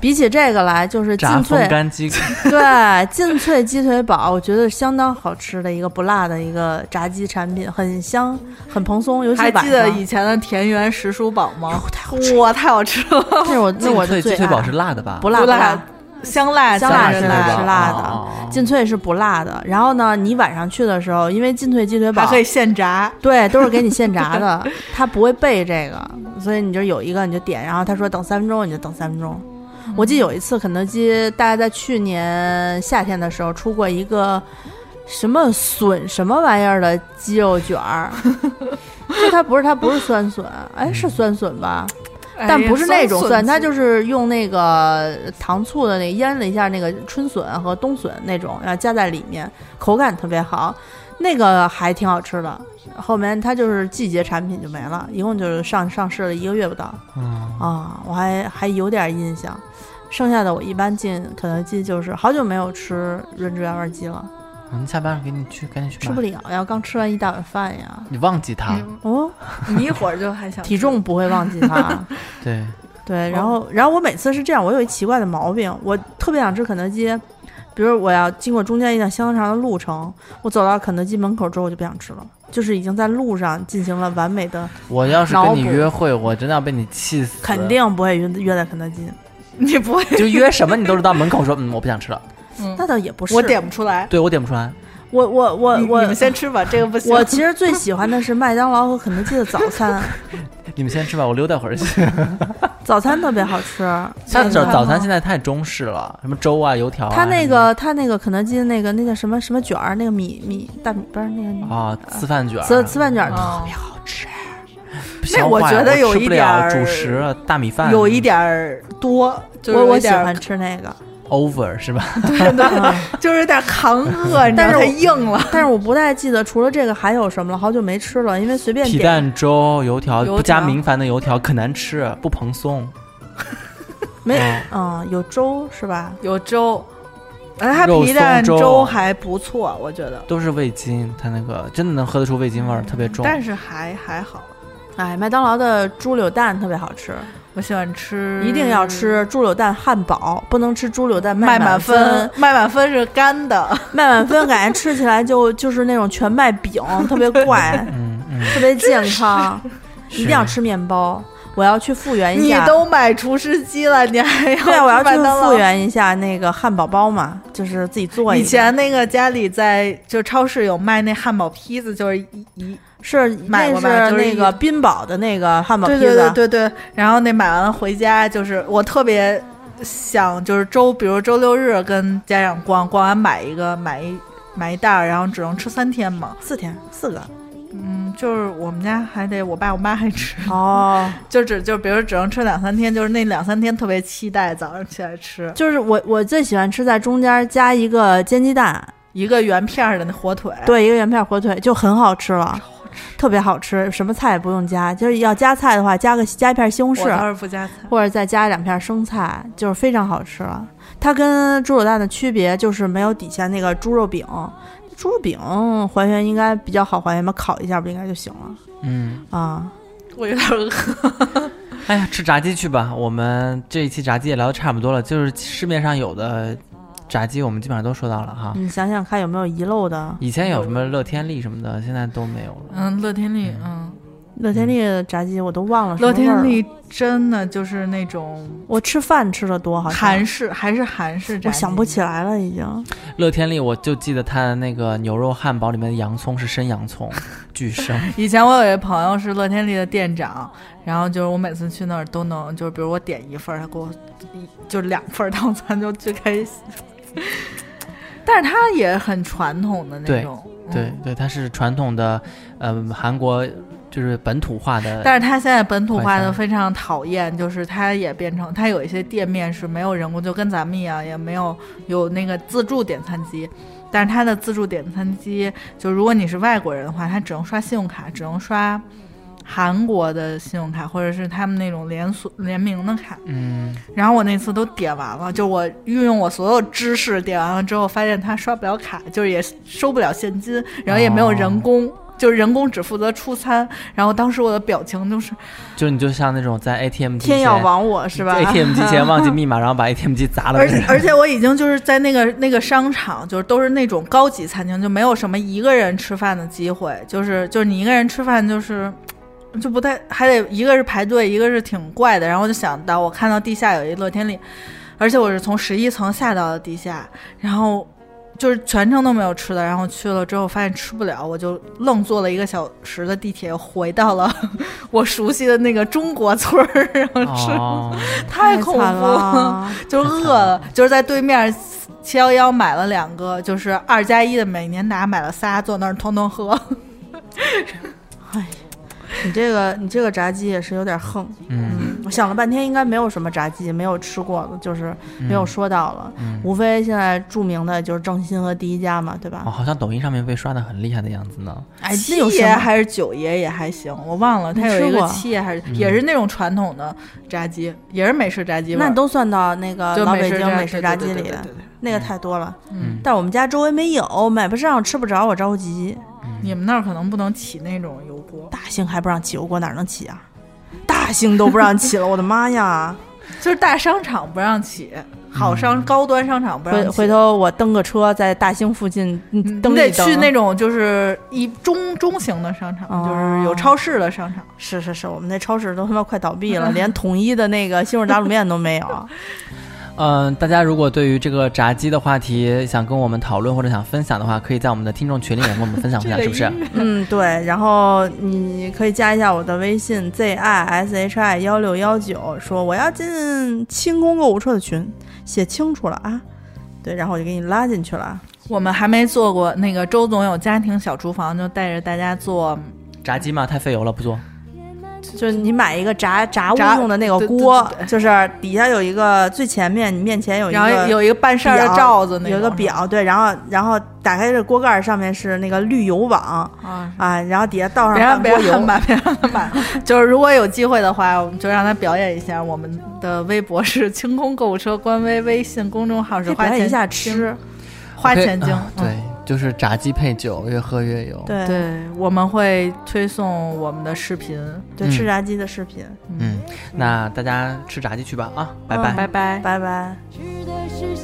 [SPEAKER 5] 比起这个来，就是劲
[SPEAKER 2] 炸风
[SPEAKER 5] 脆
[SPEAKER 2] 干鸡，
[SPEAKER 5] 对劲脆鸡腿堡，我觉得相当好吃的一个不辣的一个炸鸡产品，很香，很蓬松，尤其
[SPEAKER 3] 还
[SPEAKER 5] 晚
[SPEAKER 3] 记得
[SPEAKER 5] 上
[SPEAKER 3] 以前的田园食蔬堡吗？
[SPEAKER 5] 太好
[SPEAKER 3] 哇，太好吃了！
[SPEAKER 5] 那是我那我
[SPEAKER 2] 脆
[SPEAKER 5] 的
[SPEAKER 2] 鸡
[SPEAKER 5] 最
[SPEAKER 2] 腿堡
[SPEAKER 5] 爱
[SPEAKER 2] 是辣的吧？
[SPEAKER 5] 不辣
[SPEAKER 3] 不
[SPEAKER 5] 不
[SPEAKER 3] 辣
[SPEAKER 5] 辣，
[SPEAKER 3] 香辣
[SPEAKER 5] 香
[SPEAKER 2] 辣
[SPEAKER 5] 辣
[SPEAKER 2] 鸡
[SPEAKER 5] 是
[SPEAKER 2] 腿
[SPEAKER 3] 香
[SPEAKER 5] 辣
[SPEAKER 2] 堡
[SPEAKER 5] 是辣
[SPEAKER 2] 哦哦哦
[SPEAKER 5] 的，劲脆是不辣的。然后呢，你晚上去的时候，因为劲脆鸡腿堡
[SPEAKER 3] 还可以现炸。
[SPEAKER 5] 对，都是给你现炸的， 它不会备这个，所以你就有一个你就点，然后他说等三分钟，你就等三分钟。我记得有一次肯德基，大概在去年夏天的时候出过一个什么笋什么玩意儿的鸡肉卷儿，就它不是它不是酸笋，哎是酸笋吧？
[SPEAKER 3] 哎呀
[SPEAKER 5] 但不是那种
[SPEAKER 3] 酸
[SPEAKER 5] 蒜，它就是用那个糖醋的那个腌了一下那个春笋和冬笋那种，然后加在里面，口感特别好，那个还挺好吃的。后面它就是季节产品就没了，一共就是上上市了一个月不到
[SPEAKER 2] 嗯，
[SPEAKER 5] 啊，我还还有点印象。剩下的我一般进嗯肯德基就是好久没有吃润汁原味鸡了，
[SPEAKER 2] 我们下班了给你去，赶紧去
[SPEAKER 5] 吃不
[SPEAKER 2] 买。
[SPEAKER 5] 了呀，刚吃完一大碗饭呀。
[SPEAKER 2] 你忘记它，
[SPEAKER 5] 哦，
[SPEAKER 3] 你一会儿就还想
[SPEAKER 5] 体重不会忘记它啊。
[SPEAKER 2] 对，
[SPEAKER 3] 哦
[SPEAKER 5] 对，然后然后我每次是这样，我有一奇怪的毛病，我特别想吃肯德基，比如我要经过中间一段相当长的路程，我走到肯德基门口之后我就不想吃了，就是已经在路上进行了完美的，
[SPEAKER 2] 我要是跟
[SPEAKER 5] 脑
[SPEAKER 2] 你
[SPEAKER 5] 补
[SPEAKER 2] 约会，我真的要被你气死。
[SPEAKER 5] 肯定不会约约在肯德
[SPEAKER 3] 嗯
[SPEAKER 5] 基，
[SPEAKER 3] 你不会，
[SPEAKER 2] 就约什么你都是到门口说，嗯，我不想吃了。
[SPEAKER 5] 那倒也不是，
[SPEAKER 3] 我点不出来。
[SPEAKER 2] 对我点不出来，
[SPEAKER 5] 我我我
[SPEAKER 3] 你
[SPEAKER 5] 我
[SPEAKER 3] 你们先吃吧，这个不行。
[SPEAKER 5] 我其实最喜欢的是麦当劳和肯德基的早餐，
[SPEAKER 2] 你们先吃吧，我溜达会儿 去。
[SPEAKER 5] 早餐特别 好吃，
[SPEAKER 2] 它
[SPEAKER 5] 真
[SPEAKER 2] 早
[SPEAKER 5] 的
[SPEAKER 2] 早餐现在太中式了，什么粥啊、油条啊。
[SPEAKER 5] 他那个他那个肯德基的那个那叫什么什么卷儿，那个米米大米不是那个米
[SPEAKER 2] 啊，吃饭卷儿，
[SPEAKER 5] 糍糍饭卷儿
[SPEAKER 3] 哦
[SPEAKER 5] 特别好吃。
[SPEAKER 2] 消
[SPEAKER 3] 我
[SPEAKER 2] 化
[SPEAKER 3] 觉
[SPEAKER 2] 呀
[SPEAKER 3] 得
[SPEAKER 2] 我
[SPEAKER 3] 有
[SPEAKER 2] 吃
[SPEAKER 3] 一
[SPEAKER 2] 不
[SPEAKER 3] 点
[SPEAKER 2] 了
[SPEAKER 3] 儿
[SPEAKER 2] 主食啊，大米饭
[SPEAKER 3] 有一点儿多，就是
[SPEAKER 5] 我
[SPEAKER 3] 有
[SPEAKER 5] 我
[SPEAKER 3] 一
[SPEAKER 5] 喜
[SPEAKER 3] 点儿
[SPEAKER 5] 欢吃那个，
[SPEAKER 2] over 是吧？
[SPEAKER 5] 哎
[SPEAKER 3] 就是有点儿扛饿， 你知道
[SPEAKER 5] 但是
[SPEAKER 3] 太
[SPEAKER 5] 我
[SPEAKER 3] 硬了。
[SPEAKER 5] 但是我不太记得除了这个还有什么了，好久没吃了，因为随便
[SPEAKER 2] 皮
[SPEAKER 5] 点
[SPEAKER 2] 蛋粥、油条，
[SPEAKER 5] 油
[SPEAKER 2] 不加
[SPEAKER 5] 条
[SPEAKER 2] 明矾的油条可难吃，不蓬松。
[SPEAKER 5] 没
[SPEAKER 2] 嗯
[SPEAKER 5] 嗯有粥是吧？
[SPEAKER 3] 有粥，哎，它
[SPEAKER 2] 肉
[SPEAKER 3] 皮蛋
[SPEAKER 2] 松粥
[SPEAKER 3] 粥还不错，我觉得，
[SPEAKER 2] 都是味精，它那个真的能喝得出味精味儿，特别重。
[SPEAKER 3] 但是还还好。
[SPEAKER 5] 哎，麦当劳的猪柳蛋特别好吃，
[SPEAKER 3] 我喜欢吃，
[SPEAKER 5] 一定要吃猪柳蛋汉堡，不能吃猪柳蛋
[SPEAKER 3] 麦
[SPEAKER 5] 满
[SPEAKER 3] 满分，，麦满分是干的，
[SPEAKER 5] 麦满分感觉吃起来就 就是那种全麦饼，特别 怪，
[SPEAKER 2] 嗯嗯，
[SPEAKER 5] 特别健康，
[SPEAKER 2] 是
[SPEAKER 5] 一定要吃面包。我要去复原一
[SPEAKER 3] 你
[SPEAKER 5] 下，
[SPEAKER 3] 都买厨师机了，你还要
[SPEAKER 5] 对啊，我要去
[SPEAKER 3] 麦当劳
[SPEAKER 5] 复。原一下那个汉堡包嘛，就是自己做一
[SPEAKER 3] 以
[SPEAKER 5] 个
[SPEAKER 3] 前那个家里在就超市有卖那汉堡坯子，就是一一
[SPEAKER 5] 是
[SPEAKER 3] 买
[SPEAKER 5] 那
[SPEAKER 3] 过
[SPEAKER 5] 是
[SPEAKER 3] 吧就是
[SPEAKER 5] 那
[SPEAKER 3] 一
[SPEAKER 5] 个宾宝的那个汉堡
[SPEAKER 3] 对
[SPEAKER 5] 披
[SPEAKER 3] 对对
[SPEAKER 5] 萨，
[SPEAKER 3] 对对，然后那买完了回家，就是我特别想，就是周，比如周六日跟家长逛，逛完买一个，买一买一袋儿，然后只能吃三天嘛。
[SPEAKER 5] 四天 四个
[SPEAKER 3] 嗯，就是我们家还得我爸我妈还吃，
[SPEAKER 5] 哦，
[SPEAKER 3] 就只就比如只能吃两三天，就是那两三天特别期待早上起来吃
[SPEAKER 5] 就是我我最喜欢吃在中间加一个煎鸡蛋，
[SPEAKER 3] 一个圆片儿的那火腿。
[SPEAKER 5] 对，一个圆片火腿就很好吃了，特别好吃，什么菜也不用加，就是要加菜的话，加个加一片西红
[SPEAKER 3] 我倒
[SPEAKER 5] 柿，
[SPEAKER 3] 是不加菜，
[SPEAKER 5] 或者再加两片生菜，就是非常好吃了。它跟猪肉蛋的区别就是没有底下那个猪肉饼，猪肉饼还原应该比较好还原吧，烤一下不应该就行了
[SPEAKER 2] 嗯，
[SPEAKER 5] 啊。
[SPEAKER 3] 我有点饿。
[SPEAKER 2] 哎呀，吃炸鸡去吧。我们这一期炸鸡也聊得差不多了，就是市面上有的炸鸡我们基本上都说到了
[SPEAKER 3] 啊嗯
[SPEAKER 2] 哈。
[SPEAKER 5] 你想想看有没有遗漏的？
[SPEAKER 2] 以前有什么乐天利什么的，现在都没有了。
[SPEAKER 3] 嗯，乐天利，嗯，
[SPEAKER 5] 乐天丽的炸鸡我都忘了啊什么
[SPEAKER 3] 乐
[SPEAKER 5] 味儿了
[SPEAKER 3] 天丽真的就是那种
[SPEAKER 5] 我吃饭吃的多，好像
[SPEAKER 3] 韩式，还是韩式炸鸡，
[SPEAKER 5] 我想不起来了，已经。
[SPEAKER 2] 乐天丽，我就记得它的那个牛肉汉堡里面的洋葱是生洋葱，巨生。
[SPEAKER 3] 以前我有一个朋友是乐天丽的店长，然后就是我每次去那儿都能，就是比如我点一份儿，他给我一就两份儿 套餐，就巨 开心。但是他也很传统的那种，
[SPEAKER 2] 对
[SPEAKER 3] 嗯
[SPEAKER 2] 对，它是传统的，呃，韩国就是本土化的。
[SPEAKER 3] 但是他现在本土化
[SPEAKER 2] 快
[SPEAKER 3] 的
[SPEAKER 2] 餐
[SPEAKER 3] 非常讨厌，就是他也变成他有一些店面是没有人工，就跟咱们一样，也没有有那个自助点餐机。但是他的自助点餐机，就如果你是外国人的话，他只能刷信用卡，只能刷韩国的信用卡，或者是他们那种连锁联名的卡。
[SPEAKER 2] 嗯，
[SPEAKER 3] 然后我那次都点完了，就我运用我所有知识点完了之后，发现他刷不了卡，就是也收不了现金，然后也没有人工，就是人工只负责出餐。然后当时我的表情就是
[SPEAKER 2] 就是你就像那种在 ATM 机
[SPEAKER 5] 天要
[SPEAKER 2] 前
[SPEAKER 5] 亡我是吧？
[SPEAKER 2] ATM 机前忘记密码，然后把 ATM 机砸了的
[SPEAKER 3] 而且
[SPEAKER 2] 人。
[SPEAKER 3] 而且我已经就是在那个那个商场，就是都是那种高级餐厅，就没有什么一个人吃饭的机会，就是就是你一个人吃饭就是。就不太还得一个是排队，一个是挺怪的。然后我就想到，我看到地下有一乐天里，而且我是从十一层下到的地下，然后就是全程都没有吃的。然后去了之后发现吃不了，我就愣坐了一个小时的地铁，回到了 我熟悉的那个中国村儿，然后吃，
[SPEAKER 2] 哦，
[SPEAKER 3] 太恐怖
[SPEAKER 5] 惨了。
[SPEAKER 3] 就饿了，就是在对面七幺幺买了两个，就是二加一的美年达，买了仨，坐那儿通通喝。
[SPEAKER 5] 你这个你这个炸鸡也是有点横，
[SPEAKER 2] 嗯，
[SPEAKER 5] 嗯，我想了半天，应该没有什么炸鸡没有吃过的，就是没有说到了，
[SPEAKER 2] 嗯
[SPEAKER 5] 无非现在著名的就是正新和第一家嘛，对吧？
[SPEAKER 2] 哦，好像抖音上面被刷的很厉害的样子呢。
[SPEAKER 5] 哎，
[SPEAKER 3] 七
[SPEAKER 5] 那有什
[SPEAKER 3] 爷
[SPEAKER 5] 么？嗯
[SPEAKER 3] 还是九爷也还行，我忘了，
[SPEAKER 5] 你
[SPEAKER 3] 他有一
[SPEAKER 5] 吃
[SPEAKER 3] 个
[SPEAKER 5] 过
[SPEAKER 3] 七爷还是
[SPEAKER 5] 嗯
[SPEAKER 3] 也是那种传统的炸鸡，也是美式炸鸡味儿，
[SPEAKER 5] 那都算到那个
[SPEAKER 3] 就
[SPEAKER 5] 老
[SPEAKER 3] 美
[SPEAKER 5] 北
[SPEAKER 3] 式
[SPEAKER 5] 京美
[SPEAKER 3] 式
[SPEAKER 5] 食炸
[SPEAKER 3] 对
[SPEAKER 5] 鸡
[SPEAKER 3] 对
[SPEAKER 5] 里
[SPEAKER 3] 对，对对对
[SPEAKER 5] 那个太多了。
[SPEAKER 2] 嗯
[SPEAKER 5] 但我们家周围没有，买不上，吃不着，我着急。
[SPEAKER 3] 你们那儿可能不能起那种油锅，
[SPEAKER 5] 大兴还不让起油锅，哪能起啊？大兴都不让起了，我的妈呀！
[SPEAKER 3] 就是大商场不让起，好商高端商场不让
[SPEAKER 5] 回
[SPEAKER 3] 起。
[SPEAKER 5] 回头我蹬个车在大兴附近嗯
[SPEAKER 3] 你
[SPEAKER 5] 蹬一
[SPEAKER 3] 得
[SPEAKER 5] 蹬
[SPEAKER 3] 去那种就是一中中型的商场，
[SPEAKER 5] 哦
[SPEAKER 3] 就是有超市的商场。
[SPEAKER 5] 是是是，我们那超市都他妈快倒 闭了，连统一的那个西红柿打卤面都没有。
[SPEAKER 2] 嗯、大家如果对于这个炸鸡的话题想跟我们讨论或者想分享的话，可以在我们的听众群里面跟我们分享分 享，是不是？
[SPEAKER 5] 嗯，对。然后你可以加一下我的微信 z i s h i 幺六幺九，说我要进清空购物车的群，写清楚了啊。对，然后我就给你拉进去了啊。
[SPEAKER 3] 我们还没做过那个周总有家庭小厨房，就带着大家做
[SPEAKER 2] 炸鸡嘛，太费油了，不做。
[SPEAKER 5] 就是你买一个炸炸物
[SPEAKER 3] 炸
[SPEAKER 5] 用的那个
[SPEAKER 3] 对对
[SPEAKER 5] 锅
[SPEAKER 3] 对，
[SPEAKER 5] 就是底下有一个最前面，你面前有一
[SPEAKER 3] 然后
[SPEAKER 5] 个。
[SPEAKER 3] 有一个办事儿的
[SPEAKER 5] 表
[SPEAKER 3] 罩子那种，
[SPEAKER 5] 有一个表，对，然后然后打开这锅盖儿，上面是那个滤油网
[SPEAKER 3] 啊。
[SPEAKER 5] 啊，然后底下倒上
[SPEAKER 3] 别让
[SPEAKER 5] 半
[SPEAKER 3] 别
[SPEAKER 5] 锅油
[SPEAKER 3] 让，他买，别让他买。 就是如果有机会的话，我们就让他表演一下。我们的微博是清空购物车，官微、微信公众号是
[SPEAKER 5] 可以
[SPEAKER 3] 花
[SPEAKER 5] 表演
[SPEAKER 3] 钱
[SPEAKER 5] 一下
[SPEAKER 3] 精
[SPEAKER 5] 吃，
[SPEAKER 3] 花钱精
[SPEAKER 2] 对。啊
[SPEAKER 3] 嗯
[SPEAKER 2] 对，就是炸鸡配酒，越喝越油。
[SPEAKER 5] 对
[SPEAKER 3] 对，我们会推送我们的视频。
[SPEAKER 5] 对，
[SPEAKER 2] 嗯
[SPEAKER 5] 吃炸鸡的视频，
[SPEAKER 2] 嗯，那大家吃炸鸡去吧啊，拜
[SPEAKER 5] 嗯
[SPEAKER 2] 拜。
[SPEAKER 3] 拜拜。
[SPEAKER 5] 拜拜。
[SPEAKER 6] 吃的是